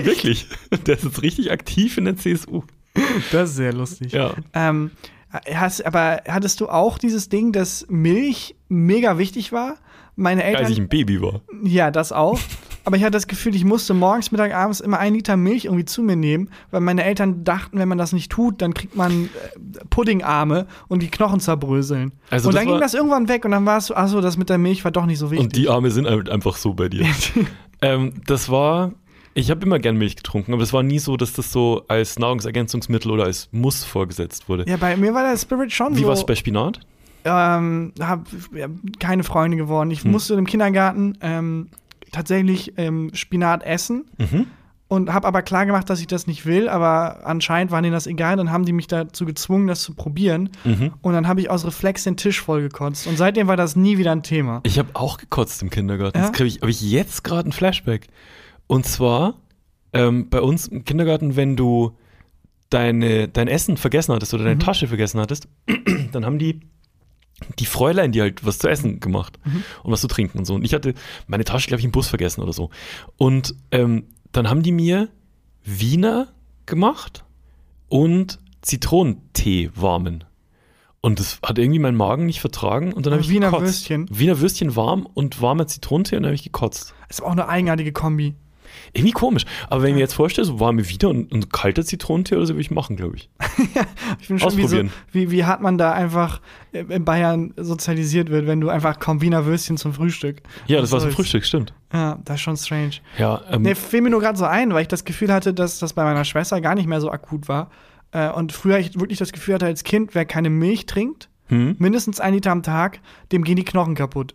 Wirklich. Der ist jetzt richtig aktiv in der CSU.
das ist sehr lustig.
Ja.
Ähm, hast, aber hattest du auch dieses Ding, dass Milch mega wichtig war? Meine
Als also ich
Eltern,
ein Baby war.
ja, das auch. Aber ich hatte das Gefühl, ich musste morgens, Mittag, abends immer einen Liter Milch irgendwie zu mir nehmen, weil meine Eltern dachten, wenn man das nicht tut, dann kriegt man äh, Puddingarme und die Knochen zerbröseln.
Also
und
das
dann ging
war-
das irgendwann weg und dann war es so, achso, das mit der Milch war doch nicht so wichtig.
Und die Arme sind halt einfach so bei dir. ähm, das war, ich habe immer gern Milch getrunken, aber es war nie so, dass das so als Nahrungsergänzungsmittel oder als Muss vorgesetzt wurde.
ja, bei mir war der Spirit schon
Wie
so.
war es bei Spinat?
ähm, habe keine Freunde geworden. Ich
Hm.
musste im Kindergarten ähm, tatsächlich ähm, Spinat essen
Mhm.
und habe aber klar gemacht, dass ich das nicht will. Aber anscheinend war denen das egal. Dann haben die mich dazu gezwungen, das zu probieren.
Mhm.
Und dann habe ich aus Reflex den Tisch vollgekotzt. Und seitdem war das nie wieder ein Thema.
Ich habe auch gekotzt im Kindergarten.
Ja?
Das kriege ich, habe ich jetzt gerade ein Flashback. Und zwar ähm, bei uns im Kindergarten, wenn du deine, dein Essen vergessen hattest oder deine
Mhm.
Tasche vergessen hattest, dann haben die die Fräulein dir halt was zu essen gemacht
Mhm.
und was zu trinken und so. Und ich hatte meine Tasche, glaube ich, im Bus vergessen oder so. Und ähm, dann haben die mir Wiener gemacht und Zitronentee warmen. Und das hat irgendwie mein Magen nicht vertragen und dann habe ich
Wiener
gekotzt.
Würstchen.
Wiener Würstchen warm und warmer Zitronentee und dann habe ich gekotzt.
Ist auch eine eigenartige Kombi.
Irgendwie komisch. Aber wenn ich mir jetzt vorstelle, so warme Wiener und, und kalter Zitronentee oder so, würde ich machen, glaube ich.
Ich bin schon wie, so,
Ausprobieren.
wie, wie hart man da einfach äh, in Bayern sozialisiert wird, wenn du einfach komm, Wiener Würstchen zum Frühstück.
Ja, das war
Was
zum
soll's.
Frühstück, stimmt.
Ja, das ist schon strange.
Ja, ähm,
Nee, fiel mir nur gerade so ein, weil ich das Gefühl hatte, dass das bei meiner Schwester gar nicht mehr so akut war. Äh, und früher ich wirklich das Gefühl hatte als Kind, wer keine Milch trinkt,
Hm?
mindestens ein Liter am Tag, dem gehen die Knochen kaputt.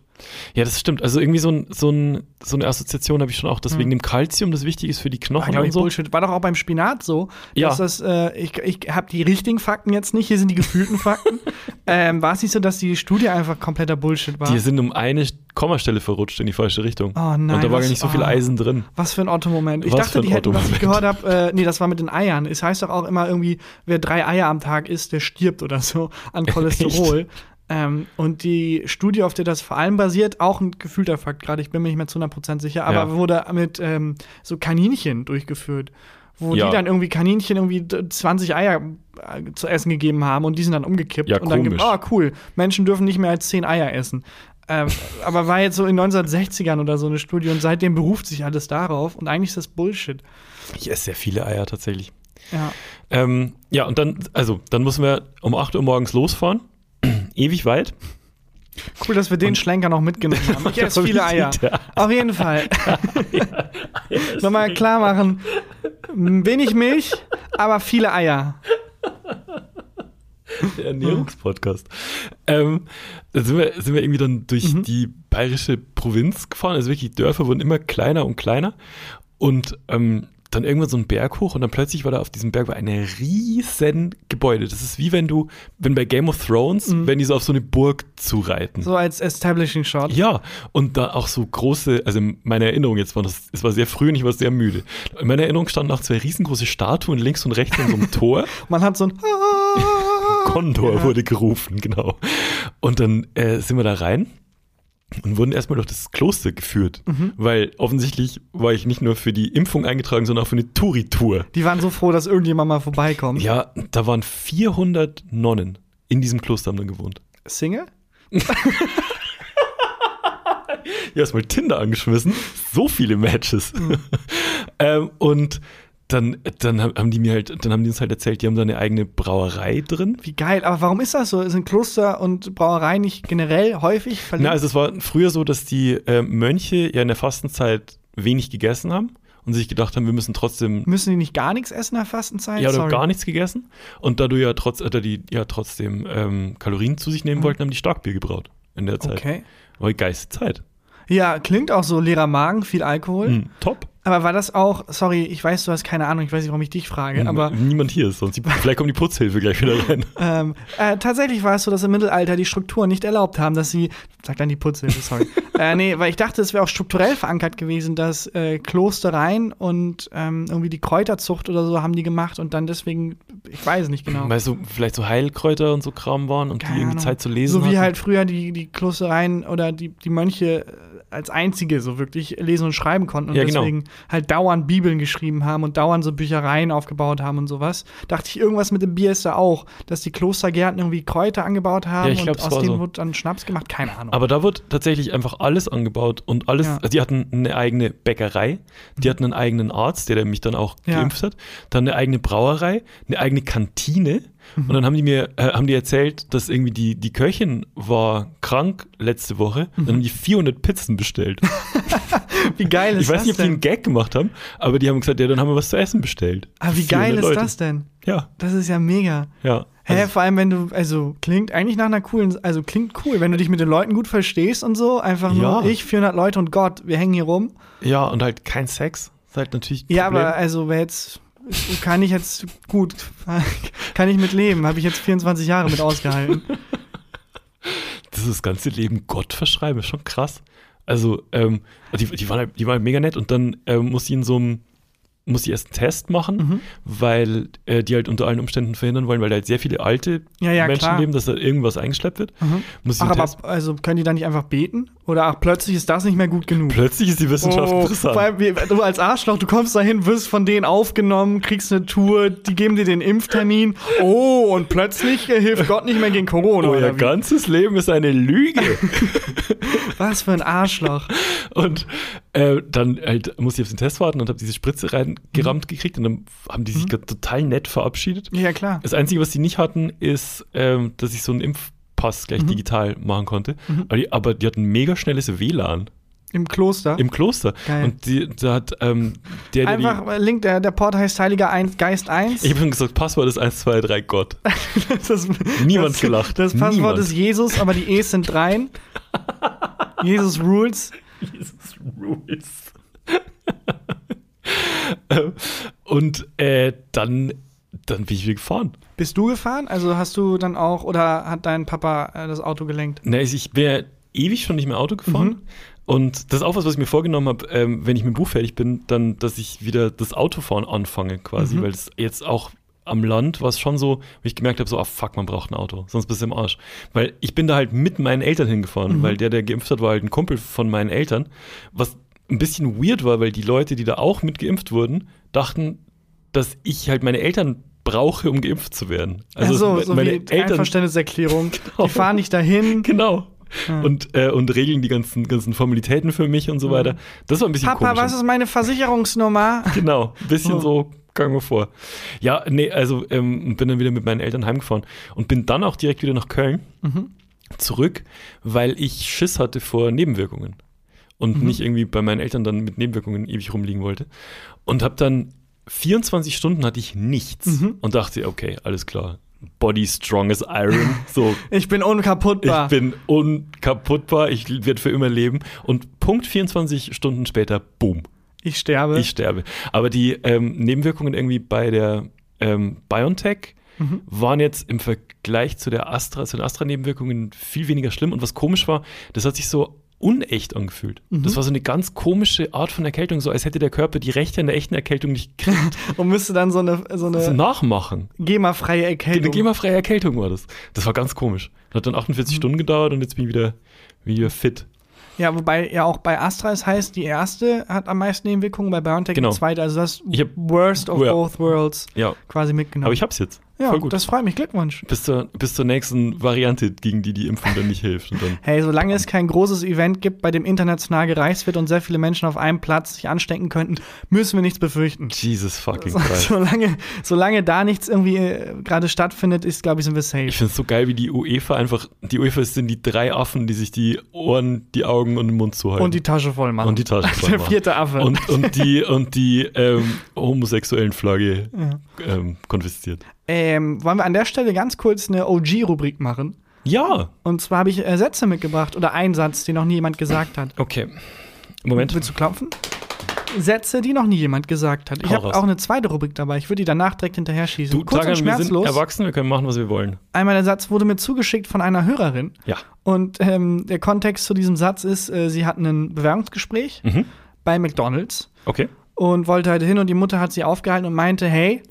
Ja, das stimmt. Also irgendwie so, ein, so, ein, so eine Assoziation habe ich schon auch,
Hm.
dass wegen dem Kalzium das wichtig ist für die
War,
Knochen
glaub
und
ich,
so.
Bullshit. War doch auch beim Spinat so.
Ja.
Dass das, äh, ich ich habe die richtigen Fakten jetzt nicht, hier sind die gefühlten Fakten. ähm, war es nicht so, dass die Studie einfach kompletter Bullshit war?
Die sind um eine Kommastelle verrutscht in die falsche Richtung.
ne? Oh nein,
und da war
was-
gar nicht so viel
oh.
Eisen drin.
Was für ein Otto-Moment. Ich
Was
dachte,
für ein
die hätten, was ich gehört
Otto-Moment.
habe, äh, nee, das war mit den Eiern. Es heißt doch auch immer irgendwie, wer drei Eier am Tag isst, der stirbt oder so an Cholesterol. ähm, und die Studie, auf der das vor allem basiert, auch ein gefühlter Fakt gerade, ich bin mir nicht mehr zu 100% sicher, aber
Ja.
wurde mit ähm, so Kaninchen durchgeführt. Wo
Ja.
die dann irgendwie Kaninchen irgendwie d- 20 Eier äh, zu essen gegeben haben und die sind dann umgekippt.
Ja,
und dann
komisch.
ah cool, Menschen dürfen nicht mehr als 10 Eier essen. Ähm, aber war jetzt so in 1960ern oder so eine Studie und seitdem beruft sich alles darauf und eigentlich ist das Bullshit.
Ich esse sehr viele Eier tatsächlich.
Ja.
Ähm, ja, und dann, also, dann müssen wir um 8 Uhr morgens losfahren. Ewig weit.
Cool, dass wir den Schlenker noch mitgenommen haben. Ich esse viele Eier.
Ja.
Auf jeden Fall. Nochmal klar machen. M, Wenig Milch, aber viele Eier.
Der Ernährungspodcast. Ähm, da sind wir, sind wir irgendwie dann durch die bayerische Provinz gefahren. Also wirklich, Dörfer wurden immer kleiner und kleiner. Und ähm, dann irgendwann so einen Berg hoch und dann plötzlich war da auf diesem Berg war ein riesen Gebäude. Das ist wie wenn du, wenn bei Game of Thrones, wenn die so auf so eine Burg zureiten.
So als Establishing Shot.
Ja, und da auch so große, also in meiner Erinnerung jetzt war das, es war sehr früh und ich war sehr müde. In meiner Erinnerung standen auch zwei riesengroße Statuen links und rechts an so einem Tor.
Man hat so ein
Kondor
Ja.
wurde gerufen, genau. Und dann äh, sind wir da rein und wurden erstmal durch das Kloster geführt, weil offensichtlich war ich nicht nur für die Impfung eingetragen, sondern auch für eine Touri-Tour.
Die waren so froh, dass irgendjemand mal vorbeikommt.
Ja, da waren 400 Nonnen in diesem Kloster haben dann gewohnt.
Single?
Ja, erstmal Tinder angeschmissen. So viele Matches. ähm, und dann, dann haben die mir halt, dann haben die uns halt erzählt, die haben da eine eigene Brauerei drin.
Wie geil. Aber warum ist das so? Sind Kloster und Brauereien nicht generell häufig verlinkt?
Na, also es war früher so, dass die äh, Mönche ja in der Fastenzeit wenig gegessen haben und sich gedacht haben, wir müssen trotzdem
Müssen die nicht gar nichts essen nach Fastenzeit?
Ja, oder
Sorry.
gar nichts gegessen. Und da du ja trotz, äh, da die ja trotzdem ähm, Kalorien zu sich nehmen wollten, haben die Starkbier gebraut in der Zeit.
Mhm. Okay.
Aber geilste Zeit.
Ja, klingt auch so leerer Magen, viel Alkohol.
Hm, top.
Aber war das auch, sorry, ich weiß, du hast keine Ahnung, ich weiß nicht, warum ich dich frage,
Hm.
aber
niemand hier ist, sonst die, vielleicht kommt die Putzhilfe gleich wieder rein.
ähm, äh, tatsächlich war es so, dass im Mittelalter die Strukturen nicht erlaubt haben, dass sie, sag dann die Putzhilfe, sorry. äh, nee, weil ich dachte, es wäre auch strukturell verankert gewesen, dass äh, Klostereien und ähm, irgendwie die Kräuterzucht oder so haben die gemacht und dann deswegen, ich weiß nicht genau.
Weißt du, vielleicht so Heilkräuter und so Kram waren und die
Keine
irgendwie
Ahnung.
Zeit zu lesen.
So wie
hatten.
halt früher die, die Klostereien oder die, die Mönche äh, als einzige so wirklich lesen und schreiben konnten und
Ja, genau.
deswegen halt dauernd Bibeln geschrieben haben und dauernd so Büchereien aufgebaut haben und sowas. Dachte ich, irgendwas mit dem Bier ist da auch, dass die Klostergärten irgendwie Kräuter angebaut haben
Ja, ich glaub,
und
es
aus
war
denen
so.
wurde dann Schnaps gemacht. Keine Ahnung.
Aber da wird tatsächlich einfach alles angebaut und alles.
Genau. Ja. Mhm.
Also die hatten eine eigene Bäckerei, die hatten einen eigenen Arzt, der, der mich dann auch
Ja.
geimpft hat, dann eine eigene Brauerei, eine eigene Kantine.
Mhm.
Und dann haben die mir äh, haben die erzählt, dass irgendwie die, die Köchin war krank letzte Woche. Dann
Mhm.
haben die 400 Pizzen bestellt.
wie geil ist
ich weiß
das
nicht, ob die
denn?
einen Gag gemacht haben, aber die haben gesagt, ja, dann haben wir was zu essen bestellt.
Ah, wie
400
geil ist
Leute.
das denn?
Ja,
Das ist ja mega.
ja.
Hä,
Also,
vor allem, wenn du, also klingt eigentlich nach einer coolen, also klingt cool, wenn du dich mit den Leuten gut verstehst und so, einfach nur
Ja.
ich, 400 Leute und Gott, wir hängen hier rum.
ja, und halt kein Sex. Das ist halt natürlich ein
Ja,
Problem.
aber also wer jetzt kann ich jetzt gut, kann ich mit leben, habe ich jetzt 24 Jahre mit ausgehalten.
das ist das ganze Leben Gott verschreiben, ist schon krass. Also, ähm, die, die, waren, halt- die waren halt mega nett und dann ähm, muss sie in so einem, muss sie erst einen Test machen,
Mhm.
weil äh, die halt unter allen Umständen verhindern wollen, weil da halt sehr viele alte
Ja, ja,
Menschen
klar. Mhm.
leben, dass da irgendwas eingeschleppt wird. Muss sie
Ach,
einen
aber
Test,
also können die dann nicht einfach beten? Oder ach, plötzlich ist das nicht mehr gut genug.
plötzlich ist die Wissenschaft
Oh,
interessant.
vor allem, wie- du als Arschloch, du kommst dahin, wirst von denen aufgenommen, kriegst eine Tour, die geben dir den Impftermin. Oh, und plötzlich äh, hilft Gott nicht mehr gegen Corona.
Euer
oder wie?
Oh, ganzes Leben ist eine Lüge.
Was für ein Arschloch.
Und äh, dann halt musste ich auf den Test warten und habe diese Spritze reingerammt gekriegt und dann haben die sich total nett verabschiedet.
Mhm. Ja, klar.
Das Einzige, was die nicht hatten, ist, ähm, dass
Mhm.
ich so einen Impfpass gleich digital machen konnte. Aber, die, aber die hatten mega schnelles WLAN.
Im Kloster.
Im Kloster.
Geil.
Und die, da hat ähm, der, der
Einfach
die,
äh, Link, der, der Port heißt Heiliger Ein- Geist 1.
ich habe schon gesagt, Passwort ist 123 Gott.
das,
Niemand
das,
gelacht.
Das Passwort
Niemand.
ist Jesus, aber die E's sind dreien. Jesus rules.
Jesus rules. Ähm, Und äh, dann, dann bin ich wieder gefahren.
Bist du gefahren? Also hast du dann auch oder hat dein Papa äh, das Auto gelenkt?
Na, ich ich bin ja ewig schon nicht mehr Auto gefahren.
Mhm.
Und das ist auch was, was ich mir vorgenommen habe, ähm, wenn ich mit dem Buch fertig bin, dann, dass ich wieder das Autofahren anfange quasi,
Mhm.
weil es jetzt auch am Land war es schon so, wo ich gemerkt habe, so, ah fuck, man braucht ein Auto, sonst bist du im Arsch. Weil ich bin da halt mit meinen Eltern
Mhm.
hingefahren, weil der, der geimpft hat, war halt ein Kumpel von meinen Eltern, was ein bisschen weird war, weil die Leute, die da auch mit geimpft wurden, dachten, dass ich halt meine Eltern brauche, um geimpft zu werden.
Also,
me-
so wie Einverständniserklärung. Die fahren nicht dahin.
Genau.
Hm.
Und, äh, und regeln die ganzen, ganzen Formalitäten für mich und so weiter. Das war ein bisschen
Papa,
komisch.
was ist meine Versicherungsnummer?
Genau, ein bisschen
Oh.
so gang mir vor. Ja, nee, also ähm, bin dann wieder mit meinen Eltern heimgefahren und bin dann auch direkt wieder nach Köln
Mhm.
zurück, weil ich Schiss hatte vor Nebenwirkungen und
Mhm.
nicht irgendwie bei meinen Eltern dann mit Nebenwirkungen ewig rumliegen wollte. Und habe dann 24 Stunden hatte ich nichts
Mhm.
und dachte, okay, alles klar. Body strong as iron, so
Ich bin unkaputtbar.
ich bin unkaputtbar, ich werde für immer leben. Und Punkt 24 Stunden später, boom,
Ich sterbe.
ich sterbe. Aber die ähm, Nebenwirkungen irgendwie bei der ähm, BioNTech waren jetzt im Vergleich zu der Astra, zu den Astra-Nebenwirkungen viel weniger schlimm. Und was komisch war, das hat sich so unecht angefühlt. Das war so eine ganz komische Art von Erkältung, so als hätte der Körper die Rechte an der echten Erkältung nicht gekriegt.
und müsste dann so eine, so
Das
eine
nachmachen.
GEMA-freie
Eine
Erkältung.
GEMA-freie Erkältung war das. Das war ganz komisch. Das hat dann 48 Stunden gedauert und jetzt bin ich wieder, wieder fit.
ja, wobei ja auch bei Astra es heißt, die erste hat am meisten Nebenwirkungen, bei BioNTech
Genau.
die zweite. Also das
Ich hab-
Worst of
Ja.
both worlds
Ja,
quasi mitgenommen.
aber ich hab's jetzt.
ja,
Voll gut.
das freut mich. Glückwunsch.
bis, zur, bis zur nächsten Variante, gegen die die Impfung dann nicht hilft. Und dann,
Hey, solange es kein großes Event gibt, bei dem international gereist wird und sehr viele Menschen auf einem Platz sich anstecken könnten, müssen wir nichts befürchten.
Jesus fucking
So,
Christ.
solange, solange da nichts irgendwie äh, gerade stattfindet, ist, glaube ich, sind wir safe.
Ich find's so geil, wie die UEFA einfach, die UEFA sind die drei Affen, die sich die Ohren, die Augen und den Mund zuhalten.
und die Tasche voll machen.
und die Taschen voll
Der
machen.
vierte Affe.
Und, und die, und die ähm, homosexuellen Flagge ähm, konfisziert.
ähm, wollen wir an der Stelle ganz kurz eine OG-Rubrik machen?
Ja,
Und zwar habe ich äh, Sätze mitgebracht oder einen Satz, den noch nie jemand gesagt hat.
okay. Moment.
Willst du klopfen? Sätze, die noch nie jemand gesagt hat. Ich
Hau
habe
raus.
auch eine zweite Rubrik dabei. Ich würde die danach direkt hinterher schießen.
Du,
Kurz
Dragan,
und
wir sind
schmerzlos.
erwachsen, wir können machen, was wir wollen.
Einmal der Satz wurde mir zugeschickt von einer Hörerin.
Ja.
Und ähm, der Kontext zu diesem Satz ist, äh, sie hatten ein Bewerbungsgespräch
Mhm.
bei McDonalds
Okay.
und wollte halt hin und die Mutter hat sie aufgehalten und meinte, hey,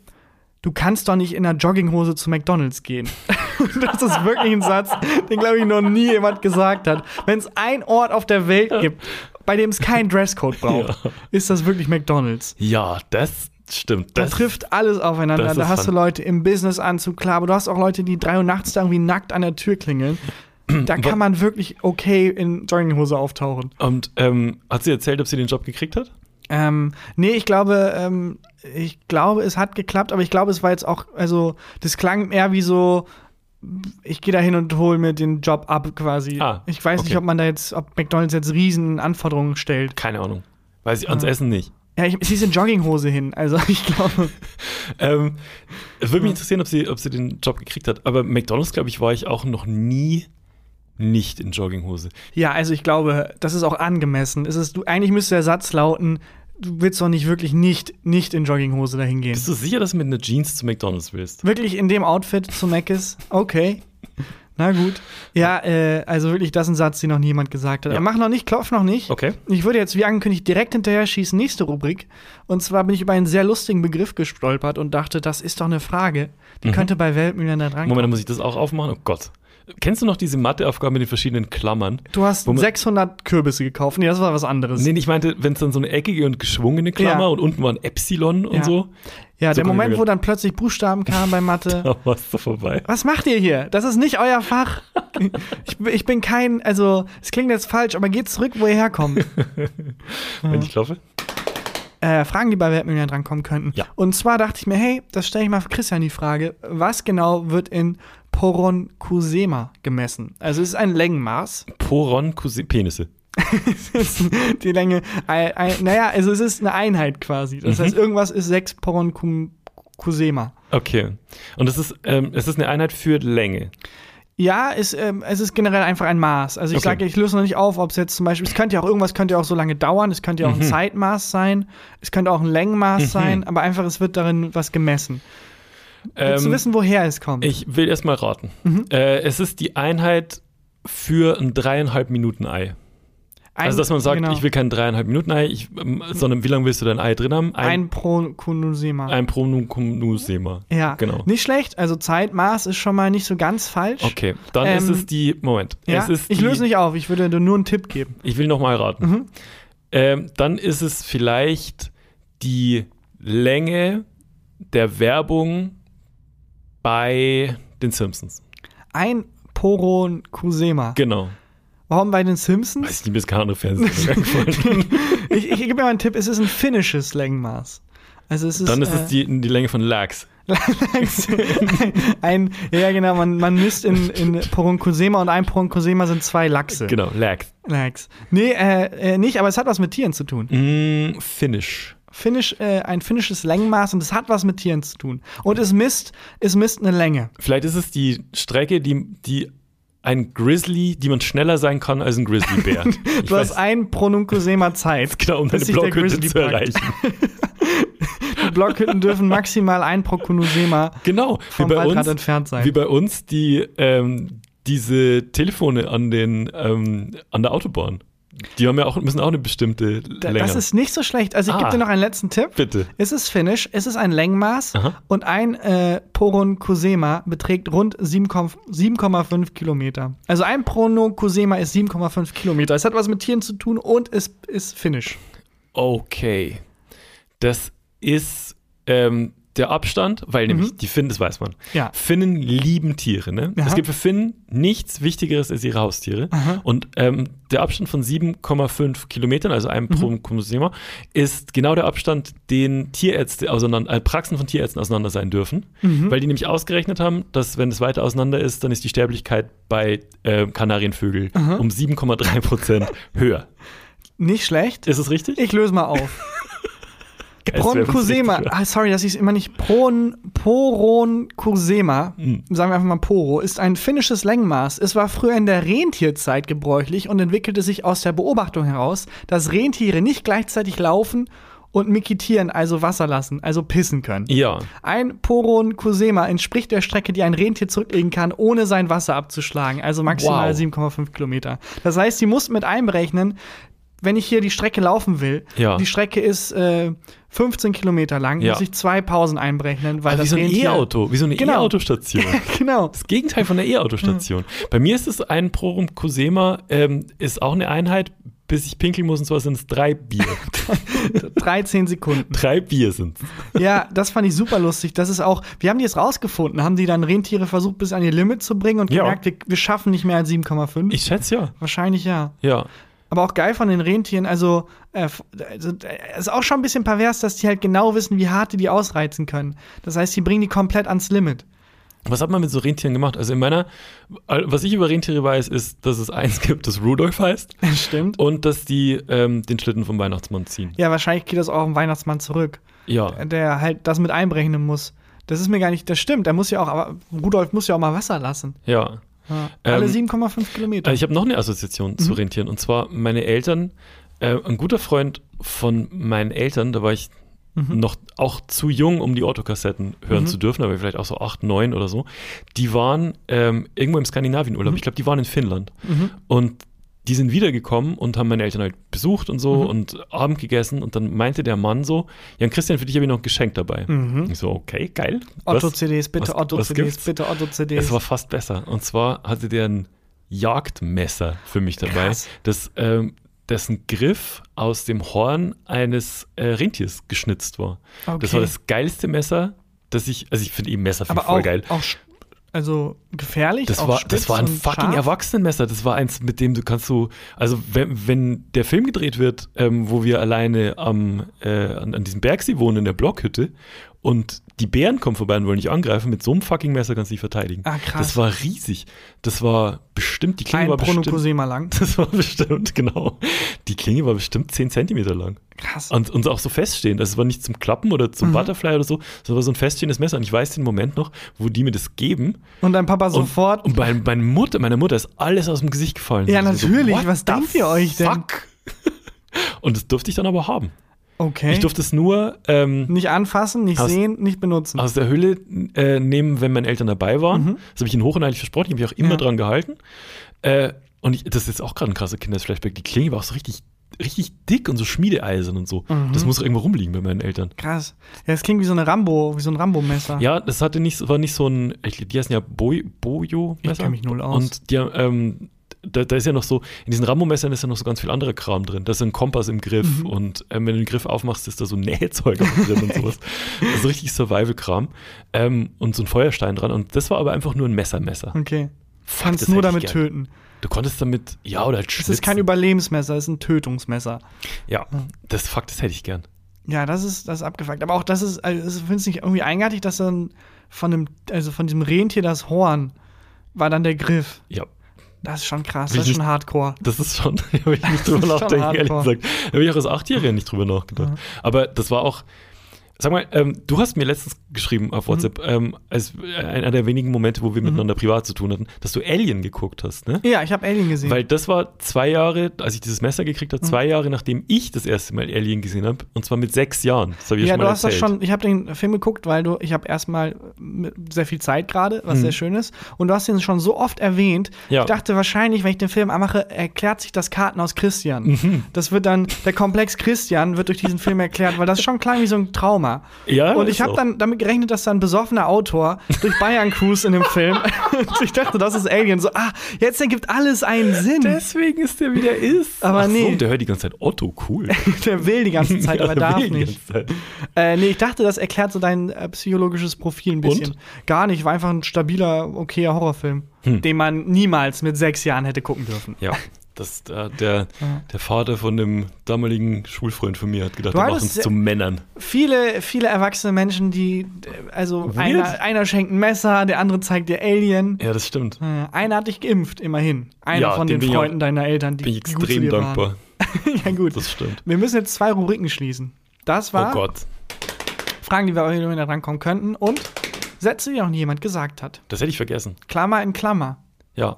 du kannst doch nicht in einer Jogginghose zu McDonalds gehen. Und das ist wirklich ein Satz, den, glaube ich, noch nie jemand gesagt hat. Wenn es einen Ort auf der Welt gibt, bei dem es keinen Dresscode braucht, ist das wirklich McDonalds.
Ja, das stimmt.
Da
Das
trifft alles aufeinander.
das ist
Da hast du
fun.
Leute im Businessanzug, klar, aber du hast auch Leute, die drei Uhr nachts da irgendwie nackt an der Tür klingeln. Da kann man wirklich okay in Jogginghose auftauchen.
Und ähm, hat sie erzählt, ob sie den Job gekriegt hat?
Ähm, nee, ich glaube, ähm, ich glaube, es hat geklappt, aber ich glaube, es war jetzt auch, also, das klang eher wie so, ich gehe da hin und hole mir den Job ab quasi.
Ah,
ich weiß nicht,
okay.
ob man da jetzt, ob McDonalds jetzt riesen Anforderungen stellt.
Keine Ahnung. Weiß ich, ans
Ah.
Essen nicht.
Ja, ich, sie ist in Jogginghose hin, also ich glaube.
Ähm, es würde mich
Hm.
interessieren, ob sie, ob sie den Job gekriegt hat. Aber McDonalds, glaube ich, war ich auch noch nie nicht in Jogginghose.
Ja, also ich glaube, das ist auch angemessen. Es ist, du, eigentlich müsste der Satz lauten, du willst doch nicht wirklich nicht, nicht in Jogginghose dahin gehen.
Bist du sicher, dass du mit einer Jeans zu McDonalds willst?
Wirklich in dem Outfit zu Meckes? Okay. Na gut. Ja, äh, also wirklich, das ist ein Satz, den noch niemand gesagt hat.
Ja.
Aber Mach noch nicht, klopf noch nicht.
Okay.
Ich würde jetzt, wie angekündigt, direkt hinterher schießen, nächste Rubrik. Und zwar bin ich über einen sehr lustigen Begriff gestolpert und dachte, das ist doch eine Frage. Die könnte bei Weltmühlen da dran
Mhm. Moment, dann
kommen.
muss ich das auch aufmachen. Oh Gott. Kennst du noch diese Matheaufgabe mit den verschiedenen Klammern?
Du hast
Moment.
600 Kürbisse gekauft. Nee, das war was anderes.
Nee, ich meinte, wenn es dann so eine eckige und geschwungene Klammer
Ja.
und unten war ein Epsilon und
Ja.
so,
ja,
so
der
kommt
Moment,
mir-
wo dann plötzlich Buchstaben kamen bei Mathe.
da warst du vorbei.
Was macht ihr hier? Das ist nicht euer Fach. Ich, ich bin kein, also es klingt jetzt falsch, aber geht zurück, wo ihr herkommt.
Wenn ich klopfe.
äh, Fragen, die bei Weltmillionär drankommen könnten.
Ja.
Und zwar dachte ich mir, hey, das stelle ich mal für Christian die Frage, was genau wird in Poronkusema gemessen? Also es ist ein Längenmaß.
Poron Penisse.
Es ist die Länge. Ei, ei, naja, also es ist eine Einheit quasi.
Mhm.
Das heißt, irgendwas ist 6 Porn cum Kusema.
Okay. Und es ist, ähm, es ist eine Einheit für Länge.
Ja, es, ähm, es ist generell einfach ein Maß. Also ich
Okay.
sage, ich löse noch nicht auf, ob es jetzt zum Beispiel, es könnte ja auch irgendwas, könnte ja auch so lange dauern, es könnte ja auch
Mhm.
ein Zeitmaß sein, es könnte auch ein Längenmaß sein, aber einfach, es wird darin was gemessen. Willst du
Ähm,
wissen, woher es kommt?
Ich will erstmal raten.
Mhm.
Äh, es ist die Einheit für ein dreieinhalb Minuten Ei.
Ein-
also, dass man sagt,
genau.
ich will kein dreieinhalb Minuten Ei, ich, ähm, sondern wie lange willst du dein Ei drin haben?
ein pro Kunusema.
ein Pronuncumnusema.
ja,
Genau.
Nicht schlecht, also Zeitmaß ist schon mal nicht so ganz falsch.
Okay, dann ist
Ähm,
es die. Moment.
Ja?
es ist
ich
die,
löse nicht Mhm. auf, ich würde dir nur einen Tipp geben.
Ich will nochmal raten. Ähm, dann ist es vielleicht die Länge der Werbung bei den Simpsons.
Ein Poron Kusema.
Genau.
Warum bei den Simpsons?
Weiß ich nicht, mir ist keine andere Fernsehserie
Ich, ich gebe mir mal einen Tipp, es ist ein finnisches Längenmaß. Also es ist,
Dann ist es
äh,
die, die Länge von Lachs.
ein, ja genau, man, man misst in, in Poruncosema und ein Poruncosema sind zwei Lachse.
Genau, Lachs.
Lachs. Nee, äh, äh, nicht, aber es hat was mit Tieren zu tun.
Mm, Finnisch.
Finnisch, äh, ein finnisches Längenmaß und es hat was mit Tieren zu tun. Und es misst, es misst eine Länge.
Vielleicht ist es die Strecke, die, die ein Grizzly, die man schneller sein kann als ein Grizzlybär. Ich
Du hast
weiß
ein Pronuncosema Zeit.
genau, um
bis
deine
sich der
Blockhütte
Grizzly
zu
packt.
erreichen.
Die Blockhütten dürfen maximal ein Pronuncosema
Genau, wie
vom
bei,
Waldrand
uns,
entfernt sein.
wie bei uns die ähm, diese Telefone an den ähm, an der Autobahn. Die haben ja auch, müssen auch eine bestimmte
Da-
Länge.
Das ist nicht so schlecht. Also ich
Ah.
gebe dir noch einen letzten Tipp.
Bitte.
Es ist finnisch, es ist ein Längenmaß
Aha.
und ein äh, Poron Kusema beträgt rund 7,5 Kilometer. Also ein Prono Kusema ist 7,5 Kilometer. Es hat was mit Tieren zu tun und es ist finnisch.
Okay. Das ist ähm, der Abstand, weil nämlich die Finnen, das weiß man.
Ja.
Finnen lieben Tiere, ne?
Aha.
Es gibt für Finnen nichts Wichtigeres als ihre Haustiere. Und ähm, der Abstand von 7,5 Kilometern, also einem pro
Mhm.
Kommunsema, ist genau der Abstand, den Tierärzte auseinander, äh, Praxen von Tierärzten auseinander sein dürfen.
Mhm.
Weil die nämlich ausgerechnet haben, dass wenn es weiter auseinander ist, dann ist die Sterblichkeit bei äh, Kanarienvögeln um 7,3 Prozent höher.
Nicht schlecht.
Ist es richtig?
Ich löse mal auf.
Geil,
Poron
wär, wenn's
Kusema.
richtig wär.
Ah, sorry, dass ich es immer nicht. Poron, Poron Kusema, sagen wir einfach mal Poro, ist ein finnisches Längenmaß. Es war früher in der Rentierzeit gebräuchlich und entwickelte sich aus der Beobachtung heraus, dass Rentiere nicht gleichzeitig laufen und mikitieren, also Wasser lassen, also pissen können.
Ja.
Ein Poron Kusema entspricht der Strecke, die ein Rentier zurücklegen kann, ohne sein Wasser abzuschlagen, also maximal
Wow.
7,5 Kilometer. Das heißt, sie mussten mit einberechnen, wenn ich hier die Strecke laufen will,
Ja.
die Strecke ist äh, 15 Kilometer lang,
Ja.
muss ich zwei Pausen einberechnen, weil
wie
das
so ein
Rentier
E-Auto, wie so eine
Also Genau.
E-Autostation.
Genau.
Das Gegenteil von der E-Autostation. Bei mir ist es ein Prorum Cosema, ähm, ist auch eine Einheit, bis ich pinkeln muss, und zwar sind es drei Bier.
13 Sekunden.
drei Bier sind
Ja, das fand ich super lustig. Das ist auch, wir haben die jetzt rausgefunden, haben die dann Rentiere versucht, bis an ihr Limit zu bringen und
Ja.
gemerkt, wir, wir schaffen nicht mehr als 7,5.
Ich schätze ja.
Wahrscheinlich ja.
Ja.
Aber auch geil von den Rentieren. Also, äh, f- also äh, ist auch schon ein bisschen pervers, dass die halt genau wissen, wie hart die die ausreizen können. Das heißt, die bringen die komplett ans Limit.
Was hat man mit so Rentieren gemacht? Also in meiner, was ich über Rentiere weiß, ist, dass es eins gibt, das Rudolf heißt
Stimmt.
und dass die ähm, den Schlitten vom Weihnachtsmann ziehen.
Ja, wahrscheinlich geht das auch auf den Weihnachtsmann zurück,
Ja.
der halt das mit einberechnen muss. Das ist mir gar nicht, das stimmt. Er muss ja auch, aber Rudolf muss ja auch mal Wasser lassen.
Ja.
Ja. Alle
Ähm,
7,5 Kilometer.
Äh, Ich habe noch eine Assoziation zu Rentieren. Und zwar meine Eltern, äh, ein guter Freund von meinen Eltern, da war ich noch auch zu jung, um die Autokassetten hören zu dürfen, aber vielleicht auch so acht, neun oder so. Die waren ähm, irgendwo im Skandinavienurlaub. Ich glaube, die waren in Finnland. Und die sind wiedergekommen und haben meine Eltern halt besucht und so und Abend gegessen. Und dann meinte der Mann so: Jan Christian, für dich habe ich noch ein Geschenk dabei. Ich so, okay, geil. Was-
Otto-CDs, bitte
was- was
Otto-CDs,
gibt's?
bitte Otto-CDs.
Es war fast besser. Und zwar hatte der ein Jagdmesser für mich dabei,
Krass.
das, ähm, dessen Griff aus dem Horn eines äh, Rentiers geschnitzt war.
Okay.
Das war das geilste Messer, das ich, also ich finde eben Messer find ich
aber
voll
auch,
geil.
auch sch- also gefährlich.
Das
auch
war,
spitz
das war ein
und
fucking
scharf.
Erwachsenenmesser. Das war eins, mit dem du kannst so, also wenn, wenn der Film gedreht wird, ähm, wo wir alleine am, äh, an, an diesem Bergsee wohnen in der Blockhütte Und die Bären kommen vorbei und wollen dich angreifen. Mit so einem fucking Messer kannst du dich verteidigen.
Ah, krass.
Das war riesig. Das war bestimmt, die Klinge
Ein
war bestimmt.
Pronokusema lang.
Das war bestimmt, genau. Die Klinge war bestimmt 10 Zentimeter lang.
Krass. Mhm.
Und, und auch so feststehend. Also es war nicht zum Klappen oder zum Butterfly oder so, sondern war so ein feststehendes Messer. Und ich weiß den Moment noch, wo die mir das geben.
Und dein Papa
Und,
sofort.
Und bei, meine Mutter, meiner Mutter ist alles aus dem Gesicht gefallen.
Ja,
Und sie
natürlich.
what
Was
the
denkt ihr euch denn?
Fuck? Und das durfte ich dann aber haben.
okay.
Ich durfte es nur ähm,
nicht anfassen, nicht
Aus-
sehen, nicht benutzen.
aus der Hülle äh, nehmen, wenn meine Eltern dabei waren. Das habe ich in Hocherneilig versprochen, ich habe mich auch immer
Mhm. Ja.
dran gehalten. Äh, und ich, das ist jetzt auch gerade ein krasser Kindesflashback. Die Klinge war auch so richtig, richtig dick und so schmiedeeisern und so.
Mhm.
Das muss doch irgendwo rumliegen bei meinen Eltern.
Krass. Ja, das klingt wie so eine Rambo, wie so ein Rambo-Messer.
Ja, das hatte nicht, so- war nicht so ein, ich, die heißen ja Boy, Bojo
Ich kenn mich null aus.
Und die, haben, ähm, da, da ist ja noch so, in diesen Rambo-Messern ist ja noch so ganz viel anderer Kram drin. Da ist ein Kompass im Griff
Mhm.
und ähm, wenn du den Griff aufmachst, ist da so ein Nähzeug auch drin und sowas. Also richtig Survival-Kram. Ähm, und so ein Feuerstein dran. Und das war aber einfach nur ein Messermesser.
Okay.
Fuck,
Kannst
das
Hm. nur
hätte ich
damit
gern.
töten.
Du konntest damit, ja, oder halt
Es ist kein Hm. Überlebensmesser, es ist ein Tötungsmesser.
Ja, das Fuck, das hätte ich gern.
Ja, das ist, das ist abgefuckt. Aber auch das ist, also es- findest du nicht irgendwie eigenartig, dass dann von dem, also von diesem Rentier das Horn war dann der Griff.
Ja,
Das ist schon krass,
Will
das
ich
ist schon hardcore.
Das ist schon, da habe ich nicht drüber
ist schon
nachdenken, ehrlich
hardcore.
gesagt. Da habe ich auch als Achtjähriger nicht drüber nachgedacht. Aber das war auch, sag mal, ähm, du hast mir letztens geschrieben
Mhm.
auf WhatsApp, ähm, als äh, einer der wenigen Momente, wo wir miteinander privat zu tun hatten, dass du Alien geguckt hast, ne?
Ja, Mhm. ich habe Alien gesehen.
Weil das war zwei Jahre, als ich dieses Messer gekriegt habe, zwei Jahre nachdem ich das erste Mal Alien gesehen habe, und zwar mit sechs Jahren. Das habe ich ja,
ja,
schon mal
du hast das
erzählt.
schon, ich habe den Film geguckt, weil du, ich habe erstmal äh, sehr viel Zeit gerade, was sehr schön ist. Und du hast ihn schon so oft erwähnt.
Hm. Ja.
Ich dachte wahrscheinlich, wenn ich den Film anmache, erklärt sich das Kartenhaus Christian.
Mhm.
Das wird dann, der Komplex Christian wird durch diesen Film erklärt, weil das schon klang wie so ein Trauma.
Ja,
Und
ist
ich habe
auch.
dann damit gerechnet, dass da ein besoffener Autor durch Bayern cruise in dem Film. Und ich dachte, das ist Alien. So, ah, jetzt ergibt alles einen Sinn.
Deswegen ist der, wie der ist.
Aber
Ach so,
nee.
der hört die ganze Zeit Otto, cool.
der will die ganze Zeit,
Ja,
aber
der
darf
will die
nicht.
ganze Zeit.
Äh, nee, ich dachte, das erklärt so dein äh, psychologisches Profil ein bisschen. Gar nicht, war einfach ein stabiler, okayer Horrorfilm,
Hm.
den man niemals mit sechs Jahren hätte gucken dürfen.
Ja, das, äh, der, der Vater von dem damaligen Schulfreund von mir hat gedacht,
Du
wir machen
hattest
es
sehr-
zu Männern.
Viele, viele erwachsene Menschen, die, äh, also einer, einer schenkt ein Messer, der andere zeigt dir Alien.
Ja, das stimmt.
Äh, einer hat dich geimpft, immerhin. Einer
Ja,
von
dem
den
bin ich auch-
Freunden deiner Eltern, die
Bin ich
gut zu
extrem
dir
dankbar.
Waren. ja, gut.
Das stimmt.
Wir müssen jetzt zwei Rubriken schließen. Das
Oh
war
Gott.
Fragen, die wir irgendwie da rankommen könnten und Sätze, die noch nie jemand gesagt hat.
Das hätte ich vergessen.
Klammer in Klammer.
Ja.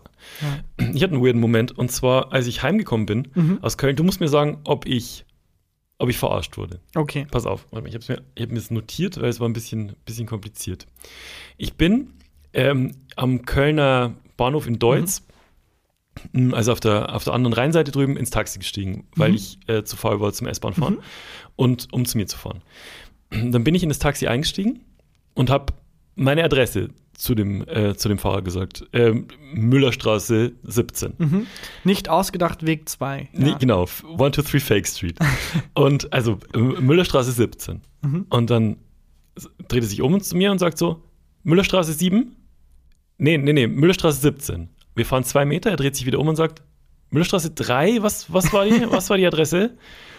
Ich hatte einen weirden Moment. Und zwar, als ich heimgekommen bin
Mhm.
aus Köln, du musst mir sagen, ob ich, ob ich verarscht wurde.
Okay.
Pass auf, warte mal, ich habe mir, ich hab mir's notiert, weil es war ein bisschen, bisschen kompliziert. Ich bin ähm, am Kölner Bahnhof in Deutz, m, also auf der, auf der anderen Rheinseite drüben, ins Taxi gestiegen, weil ich äh, zu faul war zum S-Bahn fahren und um zu mir zu fahren. Dann bin ich in das Taxi eingestiegen und habe meine Adresse zu dem, äh, zu dem Fahrer gesagt. Ähm, Müllerstraße 17.
Mhm. Nicht ausgedacht Weg 2.
Nee, genau, 123 Fake Street. und also M- Müllerstraße 17. Und dann s- dreht er sich um zu mir und sagt so: Müllerstraße 7? Nee, nee, nee, Müllerstraße 17. Wir fahren zwei Meter, er dreht sich wieder um und sagt: Müllerstraße 3? Was, was, war, die, was war die Adresse?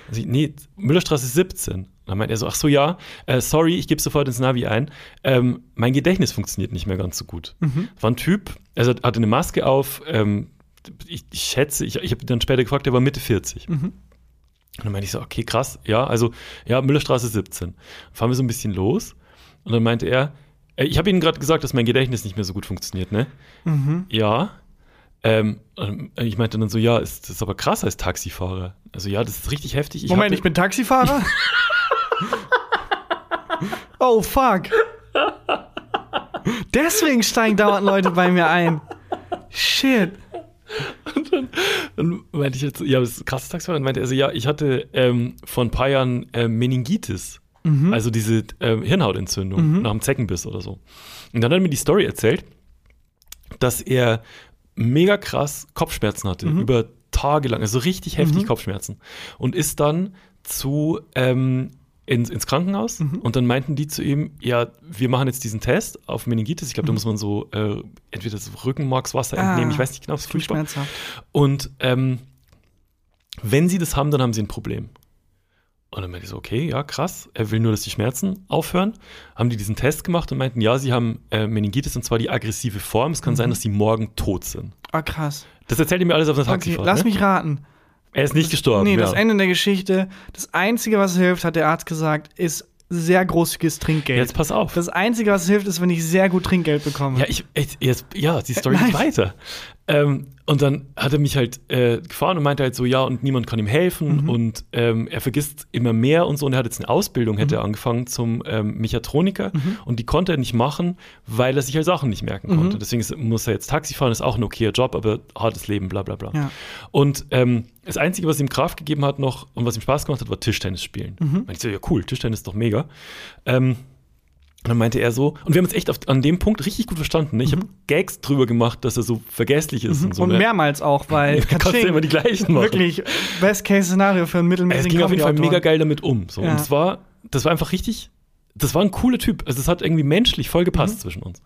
Und ich, nee, Müllerstraße 17. Und dann meint er so: Ach so, ja, äh, sorry, ich gebe sofort ins Navi ein. Ähm, mein Gedächtnis funktioniert nicht mehr ganz so gut. War ein Typ, also hatte eine Maske auf, ähm, ich, ich schätze, ich, ich habe ihn dann später gefragt, der war Mitte 40. Und dann meinte ich so, okay, krass, ja, also, ja, Müllerstraße 17. Fahren wir so ein bisschen los. Und dann meinte er, äh, ich habe Ihnen gerade gesagt, dass mein Gedächtnis nicht mehr so gut funktioniert, ne? Ja. Ähm, und ich meinte dann so, ja, ist, das ist aber krass als Taxifahrer. Also ja, das ist richtig heftig. Ich
Moment,
hatte-
ich bin Taxifahrer? oh, fuck. Deswegen steigen dauernd Leute bei mir ein. Shit.
Dann meinte ich jetzt, ja, das ist ein krasses Taxifahrer. Dann meinte er so, ja, ich hatte ähm, vor ein paar Jahren ähm, Meningitis. Also diese ähm, Hirnhautentzündung nach dem Zeckenbiss oder so. Und dann hat er mir die Story erzählt, dass er mega krass Kopfschmerzen hatte, über Tage lang, also richtig heftig Kopfschmerzen. Und ist dann zu ähm, ins, ins Krankenhaus und dann meinten die zu ihm, ja, wir machen jetzt diesen Test auf Meningitis. Ich glaube, da muss man so äh, entweder das Rückenmarkswasser
Ah,
entnehmen, ich weiß nicht genau, ob es
Klingt
furchtbar
schmerzhaft.
und ähm, wenn sie das haben, dann haben sie ein Problem. Und dann meinte ich so, okay, ja, krass. Er will nur, dass die Schmerzen aufhören. Haben die diesen Test gemacht und meinten, ja, sie haben äh, Meningitis und zwar die aggressive Form. Es kann
Mhm.
sein, dass sie morgen tot sind.
Ah, krass.
Das erzählt ihr mir alles auf einer
Okay,
Taxifahrt.
lass
ne?
mich raten.
er ist nicht gestorben.
Nee,
ja.
das Ende der Geschichte, das Einzige, was hilft, hat der Arzt gesagt, ist sehr großzügiges Trinkgeld.
Jetzt pass auf.
das Einzige, was hilft, ist, wenn ich sehr gut Trinkgeld bekomme.
Ja, ich, ich- jetzt, ja, die Story geht
Nein.
weiter. Ähm, und dann hat er mich halt äh, gefahren und meinte halt so, ja, und niemand kann ihm helfen
Mhm.
und ähm, er vergisst immer mehr und so. Und er hat jetzt eine Ausbildung, hätte
Mhm.
er angefangen zum ähm, Mechatroniker und die konnte er nicht machen, weil er sich halt Sachen nicht
Mhm.
merken konnte. Deswegen ist, muss er jetzt Taxi fahren, ist auch ein okayer Job, aber hartes Leben, bla bla bla.
Ja.
Und ähm, das Einzige, was ihm Kraft gegeben hat noch und was ihm Spaß gemacht hat, war Tischtennis spielen.
Mhm.
Meinte ich so, ja cool, Tischtennis ist doch mega. Ähm, und dann meinte er so, und wir haben uns echt auf, an dem Punkt richtig gut verstanden. Ne? Ich habe Gags drüber gemacht, dass er so vergesslich ist und so.
Mhm. Und
ne?
mehrmals auch, weil
Kannst du
Katsching,
immer die gleichen machen.
Wirklich, Best-Case-Szenario für einen
es
mittelmäßigen
ging auf jeden Fall mega
Comedy-Autor.
geil damit um. So.
Ja.
Und es war, das war einfach richtig, das war ein cooler Typ. Also es hat irgendwie menschlich voll gepasst
Mhm.
zwischen uns.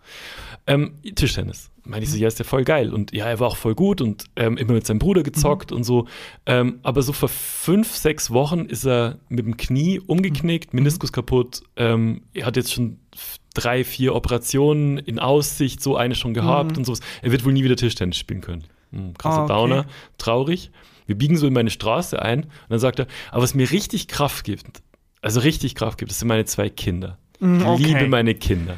Ähm, Tischtennis. Meinte ich so, ja, ist ja voll geil. Und ja, er war auch voll gut und ähm, immer mit seinem Bruder
Mhm.
gezockt und so. Ähm, aber so vor fünf, sechs Wochen ist er mit dem Knie umgeknickt,
Mhm.
Meniskus kaputt. Ähm, er hat jetzt schon f- drei, vier Operationen in Aussicht, so eine schon gehabt und sowas. Er wird wohl nie wieder Tischtennis spielen können. Hm,
Mhm.
krasser
Ah, okay.
Downer, traurig. Wir biegen so in meine Straße ein und dann sagt er, aber was mir richtig Kraft gibt, also richtig Kraft gibt, das sind meine zwei Kinder. Ich
Mm, okay.
liebe meine Kinder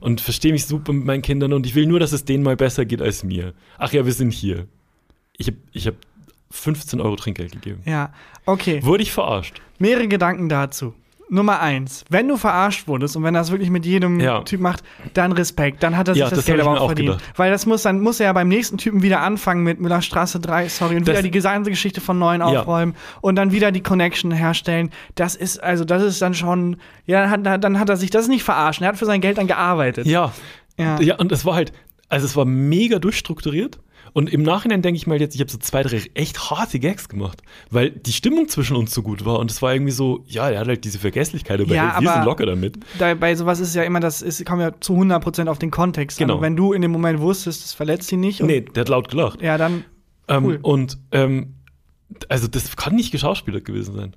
und verstehe mich super mit meinen Kindern und ich will nur, dass es denen mal besser geht als mir. Ach ja, wir sind hier. Ich habe ich hab 15 Euro Trinkgeld gegeben.
Ja, okay.
Wurde ich verarscht?
Mehrere Gedanken dazu. Nummer eins, wenn du verarscht wurdest und wenn das wirklich mit jedem
Ja.
Typ macht, dann Respekt, dann hat er sich
Ja,
das,
das
Geld
hab ich
aber
mir
auch
auch
verdient.
gedacht.
Weil das muss, dann muss er ja beim nächsten Typen wieder anfangen mit Müllerstraße 3, sorry, und
Das-
wieder die gesamte Geschichte von neuem aufräumen und dann wieder die Connection herstellen. Das ist, also das ist dann schon, ja, dann hat, dann hat er sich das ist nicht verarschen, er hat für sein Geld dann gearbeitet.
Ja.
Ja.
ja. und es war halt, also es war mega durchstrukturiert. Und im Nachhinein denke ich mal jetzt, ich habe so zwei, drei echt harte Gags gemacht, weil die Stimmung zwischen uns so gut war. Und es war irgendwie so, ja, er hat halt diese Vergesslichkeit, aber,
Ja,
hey, wir
aber-
sind locker damit.
Da, bei sowas ist ja immer, das ist, kommt ja zu 100% auf den Kontext
Genau.
an. Wenn du in dem Moment wusstest, das verletzt ihn nicht, und,
Nee, der hat laut gelacht.
ja, dann
Ähm,
cool.
Und ähm, also das kann nicht geschauspielert gewesen sein.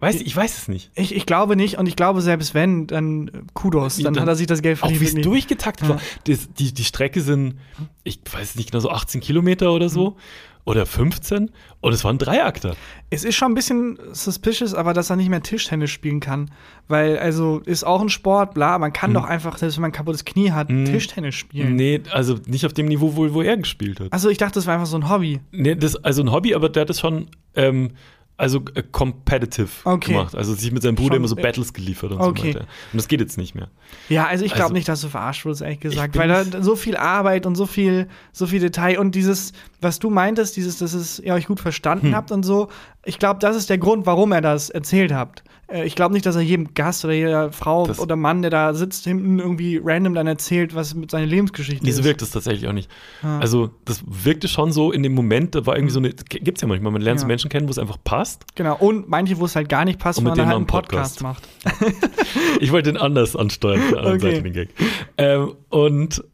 Weiß, ich weiß es nicht.
Ich, ich glaube nicht und ich glaube, selbst wenn, dann äh, Kudos, dann,
Dann-
hat er sich das Geld
Auch
verdient.
wie es
wirklich.
durchgetaktet war. Das, die, die Strecke sind, ich weiß nicht genau, so 18 Kilometer oder
Mhm.
so. Oder 15. Und es waren Dreiakter.
Es ist schon ein bisschen suspicious, aber dass er nicht mehr Tischtennis spielen kann. Weil, also, ist auch ein Sport, bla, man kann doch einfach, selbst wenn man ein kaputtes Knie hat, Tischtennis spielen.
Mhm. Nee, also nicht auf dem Niveau, wo, wo er gespielt hat.
Also ich dachte, das war einfach so ein Hobby.
Nee, das, also ein Hobby, aber der hat das schon ähm, also äh, competitive
Okay.
gemacht. Also sich mit seinem Bruder
Schon,
immer so
äh,
Battles geliefert und
okay.
so weiter. Und das geht jetzt nicht mehr.
Ja, also ich glaube
Also-
nicht, dass du verarscht wurdest, ehrlich gesagt.
bin
Weil da
nicht-
so viel Arbeit und so viel, so viel Detail und dieses, was du meintest, dieses, dass es ihr euch gut verstanden
Hm.
habt und so, ich glaube, das ist der Grund, warum er das erzählt habt. Äh, Ich glaube nicht, dass er jedem Gast oder jeder Frau
Das-
oder Mann, der da sitzt, hinten irgendwie random dann erzählt, was mit seiner Lebensgeschichte
Nee,
ist.
so wirkt es tatsächlich auch nicht.
Ah.
Also, das wirkte schon so in dem Moment, da war irgendwie so eine, gibt's ja manchmal, man lernt
Ja.
so Menschen kennen, wo es einfach passt.
Genau. Und manche, wo es halt gar nicht passt,
Und
wenn man
mit
dann halt einen
denen man einen
Podcast, macht.
Ich wollte den anders ansteuern, auf der anderen
Okay.
Seite den Gag. Ähm, und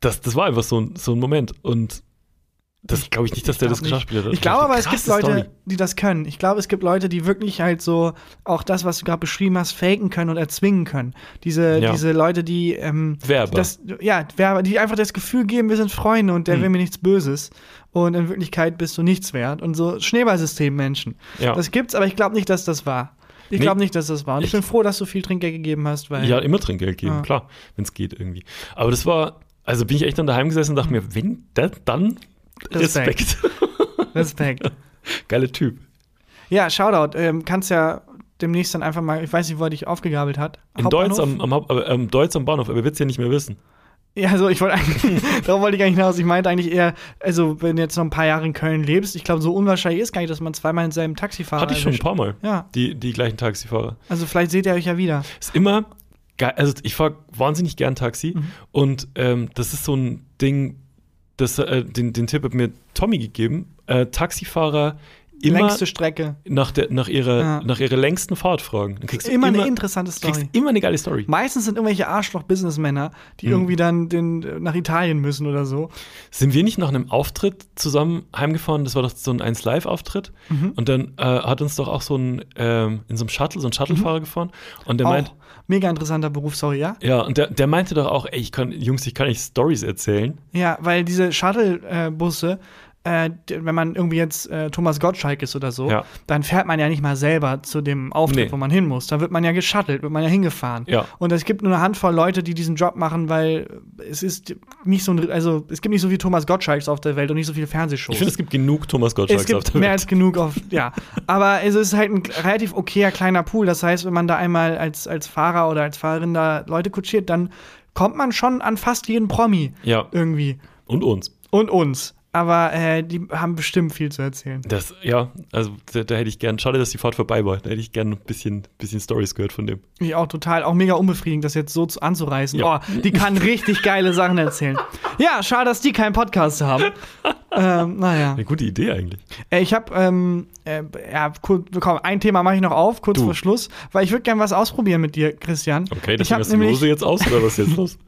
das, das war einfach so ein, so ein Moment. Und das glaube ich nicht, dass der das
Glaub nicht.
geschauspielt hat.
Ich glaube aber, es
Krasse
gibt Leute,
Story.
die das können. Ich glaube, es gibt Leute, die wirklich halt so auch das, was du gerade beschrieben hast, faken können und erzwingen können. Diese,
Ja.
diese Leute, die ähm,
Werber.
das, ja, Werber, die einfach das Gefühl geben, wir sind Freunde und der
Hm.
will mir nichts Böses. Und in Wirklichkeit bist du nichts wert. Und so Schneeballsystem-Menschen.
Ja.
Das gibt's, aber ich glaube nicht, dass das war. Ich
Nee.
glaube nicht, dass das war. Und ich,
Ich-
bin froh, dass du viel Trinkgeld gegeben hast, weil.
Ja, immer Trinkgeld geben,
Ja.
klar, wenn es geht irgendwie. Aber das war, also bin ich echt dann daheim gesessen und dachte mir, wenn, da, dann
Hm. Respekt.
Respekt.
Respekt.
Geiler Typ.
Ja, Shoutout. Ähm, kannst ja demnächst dann einfach mal, ich weiß nicht, wo er dich aufgegabelt hat.
In
Hauptbahnhof?
Deutsch am, am, Haupt- äh, am, Deutz am Bahnhof, aber er wird es ja nicht mehr wissen.
Ja, also ich wollte eigentlich, darauf wollte ich eigentlich hinaus. Ich meinte eigentlich eher, also wenn du jetzt noch ein paar Jahre in Köln lebst, ich glaube, so unwahrscheinlich ist gar nicht, dass man zweimal in seinem Taxi fahren
Hatte ich schon ein paar Mal.
Ah, Ja.
Die, die gleichen Taxifahrer.
Also vielleicht seht ihr euch ja wieder.
Ist immer geil. Also ich fahre wahnsinnig gern Taxi
Mhm.
und ähm, das ist so ein Ding, das, äh, den, den Tipp hat mir Tommy gegeben. Äh, Taxifahrer immer
längste Strecke.
nach, der, nach, ihrer,
Ja.
nach ihrer längsten Fahrt fragen. Dann kriegst du
Immer, eine interessante Story.
kriegst immer eine geile Story.
Meistens sind irgendwelche Arschloch-Businessmänner, die
Mhm.
irgendwie dann den, nach Italien müssen oder so.
Sind wir nicht nach einem Auftritt zusammen heimgefahren? Das war doch so ein 1-Live-Auftritt.
Mhm.
Und dann äh, hat uns doch auch so ein, ähm, in so einem Shuttle, so ein Shuttlefahrer gefahren. Und der
Mhm. Auch
meint,
mega interessanter Beruf, sorry, ja?
ja, und der, der meinte doch auch, ey, ich kann, Jungs, ich kann nicht Stories erzählen.
Ja, weil diese Shuttle-Busse, äh, d- wenn man irgendwie jetzt äh, Thomas Gottschalk ist oder so,
Ja.
dann fährt man ja nicht mal selber zu dem Auftritt,
Nee.
wo man hin muss. Da wird man ja geschuttelt, wird man ja hingefahren.
Ja.
Und es gibt nur eine Handvoll Leute, die diesen Job machen, weil es ist nicht so ein, also es gibt nicht so viel Thomas Gottschalks auf der Welt und nicht so viele Fernsehshows.
Ich finde, es gibt genug Thomas Gottschalks
Es
auf
gibt
der
mehr
Welt.
als genug auf, ja. Aber es ist halt ein relativ okayer kleiner Pool. Das heißt, wenn man da einmal als, als Fahrer oder als Fahrerin da Leute kutschiert, dann kommt man schon an fast jeden Promi
Ja,
irgendwie.
und uns.
Und uns. Aber äh, die haben bestimmt viel zu erzählen.
Das, ja, also da, da hätte ich gern, schade, dass die Fahrt vorbei war. Da hätte ich gern ein bisschen, bisschen Stories gehört von dem.
Ich auch total, auch mega unbefriedigend, das jetzt so zu, anzureißen.
Ja.
Oh, die kann richtig geile Sachen erzählen. Ja, schade, dass die keinen Podcast haben. ähm, naja.
Eine gute Idee eigentlich.
Äh, Ich habe, ähm, äh, ja, cool, komm, ein Thema mache ich noch auf, kurz
Du.
vor Schluss, weil ich würde gerne was ausprobieren mit dir, Christian.
Okay,
ich
deswegen
habe
hast du die Hose
nämlich,
jetzt aus oder was ist jetzt los?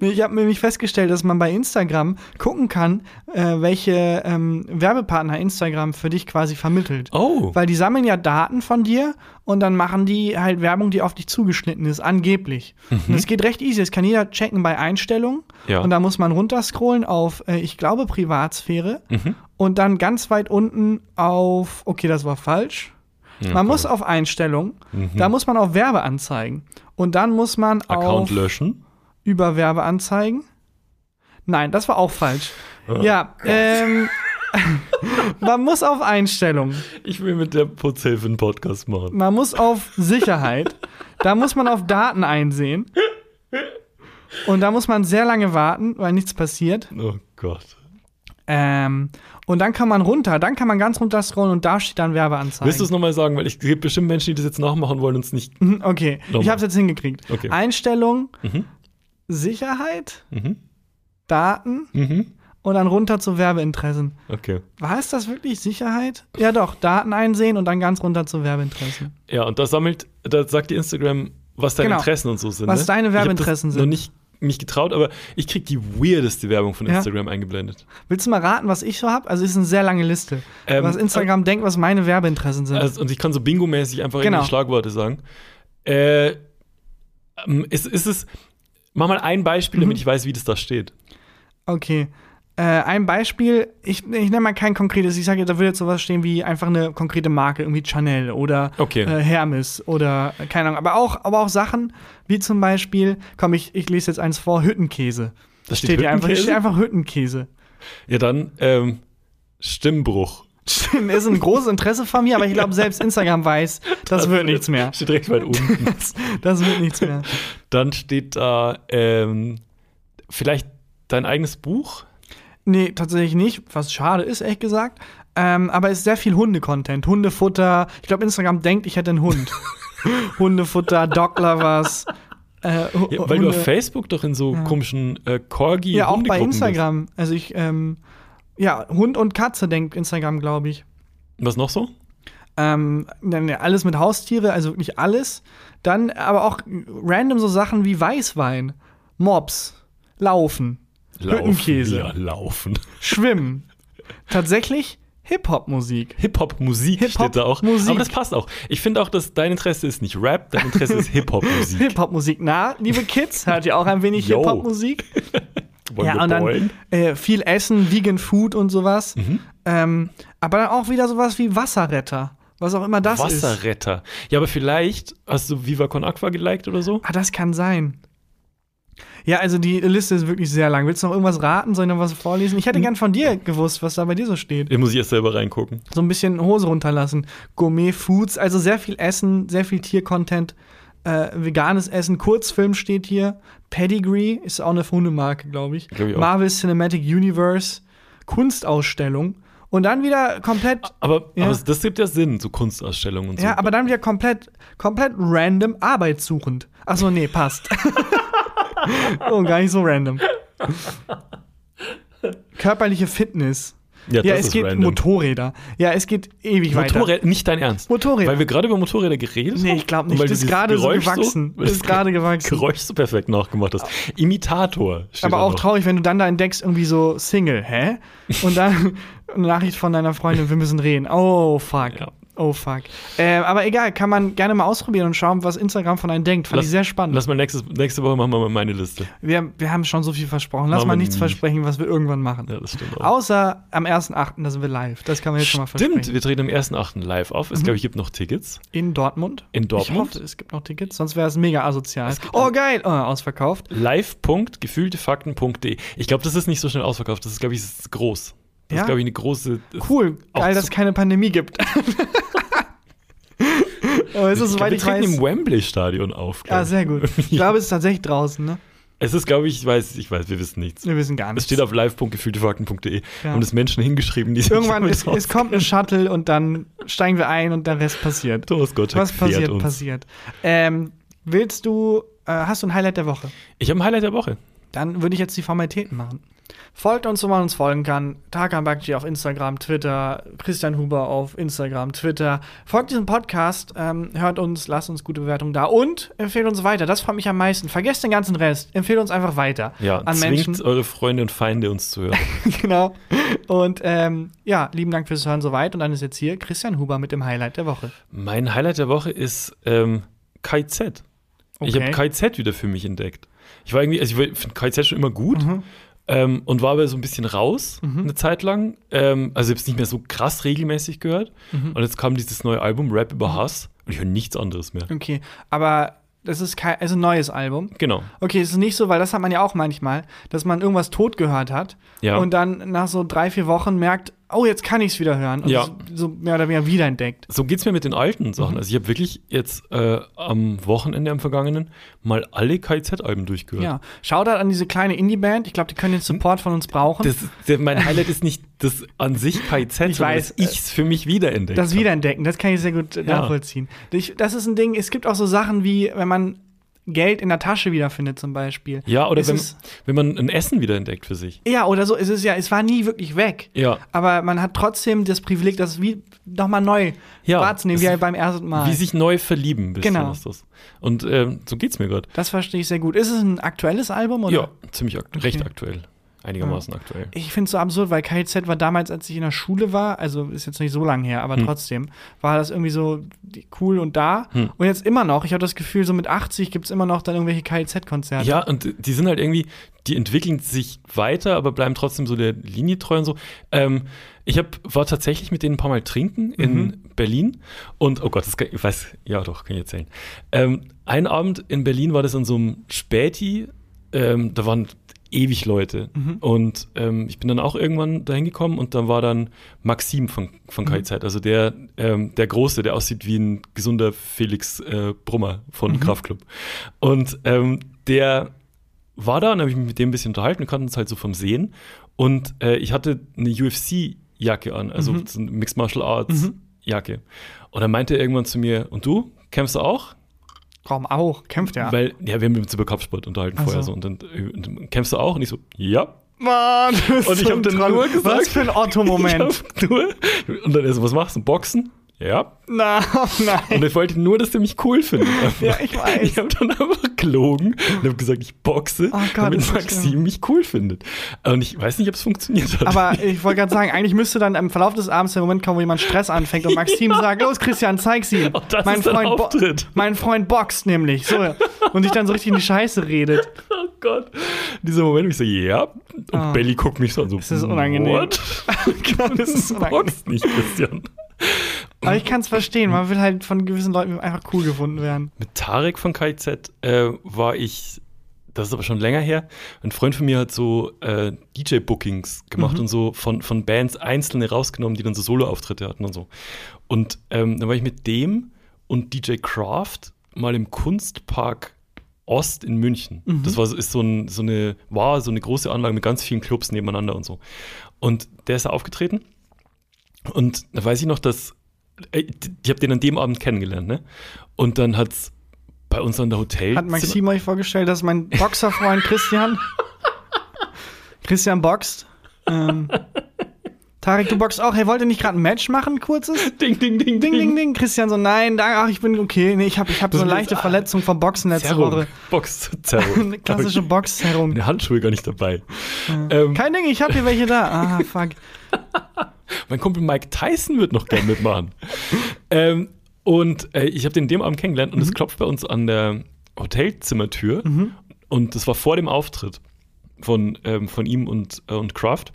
nee, ich hab nämlich festgestellt, dass man bei Instagram gucken kann, äh, welche ähm, Werbepartner Instagram für dich quasi vermittelt.
Oh,
Weil die sammeln ja Daten von dir und dann machen die halt Werbung, die auf dich zugeschnitten ist, angeblich. Und es geht recht easy. Das kann jeder checken bei Einstellungen.
Mhm. Ja.
Und da muss man runterscrollen auf, äh, ich glaube, Privatsphäre.
Mhm.
Und dann ganz weit unten auf, okay, das war falsch. man muss auf Einstellungen, da muss man auf Werbeanzeigen. Und dann muss man
Mhm. Account
auf
löschen.
über Werbeanzeigen? Nein, das war auch falsch.
Äh.
Ja, ähm, man muss auf Einstellungen,
Ich will mit der Putzhilfe einen Podcast machen.
man muss auf Sicherheit, da muss man auf Daten einsehen. Und da muss man sehr lange warten, weil nichts passiert.
Oh Gott.
Ähm, und dann kann man runter, dann kann man ganz runter scrollen und da steht dann Werbeanzeigen.
Willst du es nochmal sagen? Weil ich, es gibt bestimmt Menschen, die das jetzt nachmachen wollen und es nicht.
Mhm, Okay,
Nochmal.
ich habe es jetzt hingekriegt.
Okay.
Einstellung,
Mhm.
Sicherheit,
Mhm.
Daten
Mhm.
und dann runter zu Werbeinteressen.
Okay.
War es das wirklich Sicherheit? Ja doch, Daten einsehen und dann ganz runter zu Werbeinteressen.
Ja, und da sammelt, da sagt dir Instagram, was deine
Genau.
Interessen und so sind.
Was
ne?
deine
Ich hab
Werbeinteressen
das
sind.
Noch nicht mich getraut, aber ich krieg die weirdeste Werbung von
Ja.
Instagram eingeblendet.
Willst du mal raten, was ich so habe? Also ist eine sehr lange Liste.
Ähm,
was Instagram denkt, was meine Werbeinteressen sind.
Also, und ich kann so bingo-mäßig einfach
Genau.
irgendwelche Schlagworte sagen. Äh, ähm, ist, ist es. Mach mal ein Beispiel, damit
Mhm.
ich weiß, wie das da steht.
okay. Äh, ein Beispiel, ich, ich nenne mal kein konkretes, ich sage, da würde jetzt sowas stehen wie einfach eine konkrete Marke, irgendwie Chanel oder
Okay.
äh, Hermes oder äh, keine Ahnung, aber auch, aber auch Sachen wie zum Beispiel, komm, ich, ich lese jetzt eins vor, Hüttenkäse.
Da steht
hier einfach, hier
Hüttenkäse?
steht einfach Hüttenkäse.
Ja, dann ähm, Stimmbruch.
Stimmt, ist ein großes Interesse von mir, aber ich glaube, selbst Instagram weiß, das wird nichts mehr.
Steht direkt weit oben.
Das, das wird nichts mehr.
Dann steht da ähm, vielleicht dein eigenes Buch.
Nee, tatsächlich nicht, was schade ist, ehrlich gesagt. Ähm, aber es ist sehr viel Hunde-Content. Hundefutter. Ich glaube, Instagram denkt, ich hätte einen Hund. Hundefutter, Doglovers. Äh, Hu-
Ja, weil du auf
Hunde-
Facebook doch in so komischen äh, corgi
Ja, auch bei
Hundegruppen
Instagram. Also ich, ähm, ja, Hund und Katze denkt Instagram, glaube ich.
Bist. Was noch so?
Ähm, dann ja, alles mit Haustiere, also wirklich alles. Dann aber auch random so Sachen wie Weißwein, Mops, Laufen, Hüttenkäse.
Ja, laufen.
Schwimmen. Tatsächlich Hip-Hop-Musik.
Hip-Hop-Musik steht da auch.
Hip-Hop-Musik.
Aber das passt auch. Ich finde auch, dass dein Interesse ist nicht Rap, dein Interesse ist Hip-Hop-Musik.
Hip-Hop-Musik. Na, liebe Kids, hört ihr auch ein wenig
Yo.
Hip-Hop-Musik?
Wollen Mhm. wir
und dann
bowlen?
äh, viel Essen, Vegan Food und sowas. Ähm, aber dann auch wieder sowas wie Wasserretter. Was auch immer das ist.
Wasserretter. Ja, aber vielleicht hast du Viva Con Aqua geliked oder so?
Ah, das kann sein. Ja, also die Liste ist wirklich sehr lang. Willst du noch irgendwas raten? Soll ich noch was vorlesen? Ich hätte gern von dir gewusst, was da bei dir so steht.
Da muss ich erst selber reingucken.
So ein bisschen Hose runterlassen. Gourmet Foods, also sehr viel Essen, sehr viel Tiercontent, äh, veganes Essen. Kurzfilm steht hier. Pedigree ist auch eine Hundemarke, glaube ich.
Glaub ich auch.
Marvel Cinematic Universe. Kunstausstellung. Und dann wieder komplett.
Aber,
Ja.
aber das gibt ja Sinn, so Kunstausstellungen und so.
Ja, aber dann wieder komplett, komplett random arbeitssuchend. Achso, nee, passt. oh, gar nicht so random. Körperliche Fitness.
Ja,
Ja,
das
es
ist
geht
random.
Motorräder. Ja, es geht ewig weiter.
Motorräder, nicht dein Ernst.
Motorräder.
Weil wir gerade über Motorräder geredet haben.
Nee, ich glaube
und
nicht.
weil du
Das ist
dieses
gerade so
Geräusch
gewachsen.
weil
Das
du
ist gerade gewachsen.
Geräusch so perfekt nachgemacht hast. Imitator. steht
Aber
da
auch
noch.
traurig, wenn du dann da entdeckst, irgendwie so Single, hä? Und dann eine Nachricht von deiner Freundin, wir müssen reden. Oh, fuck.
Ja.
Oh, fuck. Äh, aber egal, kann man gerne mal ausprobieren und schauen, was Instagram von einem denkt. Fand
Lass-
ich sehr spannend.
Lass mal nächstes, nächste Woche machen wir mal meine Liste.
wir, wir haben schon so viel versprochen. Lass
Machen
mal
wir
nichts
nicht.
versprechen, was wir irgendwann machen.
Ja, das stimmt auch.
Außer am 1.8., da sind wir live. Das kann man jetzt schon mal
Stimmt,
versprechen.
wir treten am 1.8. live auf. Es glaube ich gibt noch Tickets.
In Dortmund.
In Dortmund.
Ich hoffe, es gibt noch Tickets, sonst wäre es mega asozial. Oh, geil. Oh, ausverkauft.
live.gefühltefakten.de. Ich glaube, das ist nicht so schnell ausverkauft. Das ist glaube ich das ist groß. Das
Ja?
ist glaube ich eine große das-
Cool,
Auch
geil, dass es
zu-
keine Pandemie gibt. Aber es ist,
Ich glaub,
soweit
wir
ich
treten
weiß.
im Wembley Stadion auf. glaub
Ja,
ich.
sehr gut. Ich glaube, es ist tatsächlich draußen, ne?
Es ist glaube ich, ich weiß, ich weiß, wir wissen nichts.
Wir wissen gar
Es
nichts.
steht auf live.gefühltefakten.de.
Ja.
Haben das Menschen hingeschrieben, die sich
Irgendwann,
damit
es, es kommt ein Shuttle und dann steigen wir ein und der Rest passiert.
Thomas Gottschalk
Was passiert,
fährt uns.
passiert. Ähm, willst du, äh, hast du ein Highlight der Woche?
Ich habe ein Highlight der Woche.
Dann würde ich jetzt die Formalitäten machen. Folgt uns, wo man uns folgen kann. Tarkan Bakci auf Instagram, Twitter, Christian Huber auf Instagram, Twitter. Folgt diesem Podcast, ähm, hört uns, lasst uns gute Bewertungen da und empfehlt uns weiter. Das freut mich am meisten. Vergesst den ganzen Rest. Empfehlt uns einfach weiter
Ja,
an
zwingt
Menschen.
eure Freunde und Feinde uns zu hören.
genau. Und ähm, ja, lieben Dank fürs Hören soweit. Und dann ist jetzt hier Christian Huber mit dem Highlight der Woche.
mein Highlight der Woche ist ähm, Kai Z. Ich
Okay.
habe Kai Z wieder für mich entdeckt. Ich war irgendwie, also ich finde Kai Z schon immer gut
Mhm.
ähm, und war aber so ein bisschen raus eine Zeit lang. Ähm, also habe es nicht mehr so krass regelmäßig gehört.
Mhm.
Und jetzt kam dieses neue Album Rap über Hass und ich höre nichts anderes mehr.
Okay, aber das ist kein, also ein neues Album.
Genau.
Okay, es ist nicht so, weil das hat man ja auch manchmal, dass man irgendwas tot gehört hat
Ja.
und dann nach so drei, vier Wochen merkt, oh, jetzt kann ich es wieder hören. Und
Ja.
es so mehr oder weniger wiederentdeckt.
So geht's mir mit den
Mhm.
alten Sachen. Also ich habe wirklich jetzt äh, am Wochenende am vergangenen mal alle KZ-Alben durchgehört.
Ja. Shoutout an diese kleine Indie-Band. Ich glaube, die können den Support von uns brauchen.
Das, der, mein Highlight ist nicht das an sich KZ, sondern
weiß,
dass ich es für mich wiederentdeckt
Das
hab.
Wiederentdecken, das kann ich sehr gut äh,
Ja.
nachvollziehen. Ich, das ist ein Ding, es gibt auch so Sachen wie, wenn man Geld in der Tasche wiederfindet, zum Beispiel.
Ja, oder
Es
wenn,
ist,
wenn man ein Essen wiederentdeckt für sich.
ja, oder so, es ist ja, es war nie wirklich weg.
Ja.
Aber man hat trotzdem das Privileg, das wie nochmal neu
Ja,
wahrzunehmen,
es
wie
ist-
halt beim ersten Mal.
Wie sich neu verlieben, bisschen
Genau.
ist das. Und ähm, so geht's mir gerade.
das verstehe ich sehr gut. Ist es ein aktuelles Album? Oder? Ah.
Ja, ziemlich akt recht aktuell. Einigermaßen aktuell.
Ich finde es so absurd, weil KZ war damals, als ich in der Schule war, also ist jetzt nicht so lang her,
Hm.
aber trotzdem war das irgendwie so die- cool und da.
Hm.
Und jetzt immer noch, ich habe das Gefühl, so mit 80 gibt es immer noch dann irgendwelche KZ-Konzerte.
Ja, und die sind halt irgendwie, die entwickeln sich weiter, aber bleiben trotzdem so der Linie treu und so. Ähm, ich hab, war tatsächlich mit denen ein paar Mal trinken in Berlin und, oh Gott, das kann, ich weiß, ja doch, kann ich erzählen. Ähm, einen Abend in Berlin war das in so einem Späti, ähm, da waren ewig Leute
Mhm.
und ähm, ich bin dann auch irgendwann dahin gekommen und dann war dann Maxim von,
Mhm.
von KZ, also der, ähm, der Große, der aussieht wie ein gesunder Felix äh, Brummer von
Mhm.
Kraftklub. Und ähm, der war da und habe ich mich mit dem ein bisschen unterhalten. Wir kannten uns halt so vom Sehen. Und äh, ich hatte eine UFC-Jacke an, also
Mhm.
so eine Mixed Martial Arts-Jacke. Und dann meinte er irgendwann zu mir: Und du, kämpfst du auch?
Raum auch, kämpft ja.
Weil, ja, wir haben uns über Kampfsport unterhalten
Ah. Ach
vorher
so.
so. Und dann, äh, und dann kämpfst du auch? Und ich so: Ja.
Mann, du bist
Und ich
so
hab
ein
dann
Troll.
nur gesagt-
Was für ein Otto-Moment.
Ich hab nur, und dann er so: Was machst du? Boxen? Ja.
Na, nein.
Und ich wollte nur, dass der mich cool findet.
Ja, ich weiß.
Ich habe dann einfach gelogen und habe gesagt, ich boxe,
Oh Gott, das
damit
ist so schlimm.
Maxim mich cool findet. Und ich weiß nicht, ob es funktioniert hat.
Aber ich wollte gerade sagen, eigentlich müsste dann im Verlauf des Abends der Moment kommen, wo jemand Stress anfängt und Maxim sagt, los Christian, zeig's ihm.
Und das ist dein
bo-
Auftritt.
mein Freund boxt nämlich. So. Und sich dann so richtig in die Scheiße redet.
Oh Gott. Dieser Moment, wo ich so, ja. Und
Ah.
Belly guckt mich so an, so,
Das ist unangenehm.
What?
das ist
Du boxst nicht, Christian.
Aber ich kann's verstehen, man will halt von gewissen Leuten einfach cool gefunden werden.
Mit Tarek von KZ äh, war ich, das ist aber schon länger her, ein Freund von mir hat so äh, DJ-Bookings gemacht
Mhm.
und so von, von Bands einzelne rausgenommen, die dann so Solo-Auftritte hatten und so. Und ähm, dann war ich mit dem und DJ Kraft mal im Kunstpark Ost in München.
Mhm.
Das war, so- ist so, ein, so eine, war so eine große Anlage mit ganz vielen Clubs nebeneinander und so. Und der ist da aufgetreten und da weiß ich noch, dass äh, ich habe den an dem Abend kennengelernt, ne? Und dann hat's bei uns an der Hotel
Hat Maxim euch vorgestellt, dass mein Boxerfreund Christian Christian boxt. Ähm, Tarek, du boxst auch. Hey, wollt ihr nicht gerade ein Match machen, kurzes?
Ding, ding, ding,
Ding, ding, ding. Christian so, nein, da, ach, ich bin okay. Nee, ich habe ich hab so eine leichte Verletzung vom Boxen letzte
ah, Zerrung.
Woche.
Box, Zerrung.
Eine klassische Boxzerrung.
Meine Handschuhe gar nicht dabei. Ähm,
Kein Ding, ich habe hier welche da. Ah, fuck.
mein Kumpel Mike Tyson wird noch gern mitmachen. ähm, und äh, ich habe den dem Abend kennengelernt
Mhm.
und es klopft bei uns an der Hotelzimmertür. Und das war vor dem Auftritt von, ähm, von ihm und, äh, und Kraft.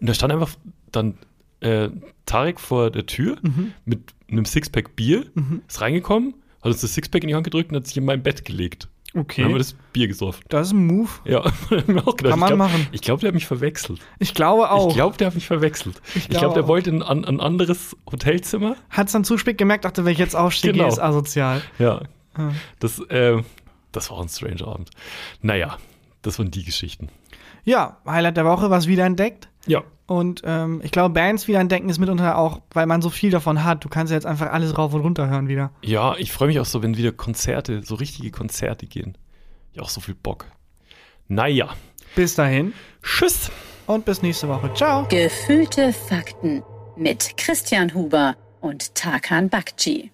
Und da stand einfach dann äh, Tarek vor der Tür
Mhm.
mit einem Sixpack Bier, ist reingekommen, hat uns das Sixpack in die Hand gedrückt und hat sich in mein Bett gelegt. Dann haben wir
Okay.
das Bier gesoffen.
Das ist ein Move.
Ja, hab mir auch gedacht,
Kann man
ich glaub-
machen.
Ich glaube, der hat mich verwechselt.
Ich glaube auch.
Ich glaube, der hat mich verwechselt. Ich glaube,
glaube
der
auch.
wollte ein, an- ein anderes Hotelzimmer.
Hat es dann zu spät gemerkt, dachte, wenn ich jetzt aufstehe,
Genau.
ist asozial.
Ja.
Ah.
Das, äh, das war auch ein strange Abend. Naja, das waren die Geschichten.
Ja, Highlight der Woche, was wiederentdeckt.
Ja.
Und ähm, ich glaube, Bands wiederentdecken ist mitunter auch, weil man so viel davon hat. Du kannst ja jetzt einfach alles rauf und runter hören wieder.
Ja, ich freue mich auch so, wenn wieder Konzerte, so richtige Konzerte gehen. Ja, auch so viel Bock. Naja.
Bis dahin
Tschüss.
und bis nächste Woche. Ciao.
Gefühlte Fakten mit Christian Huber und Tarkan Bakci.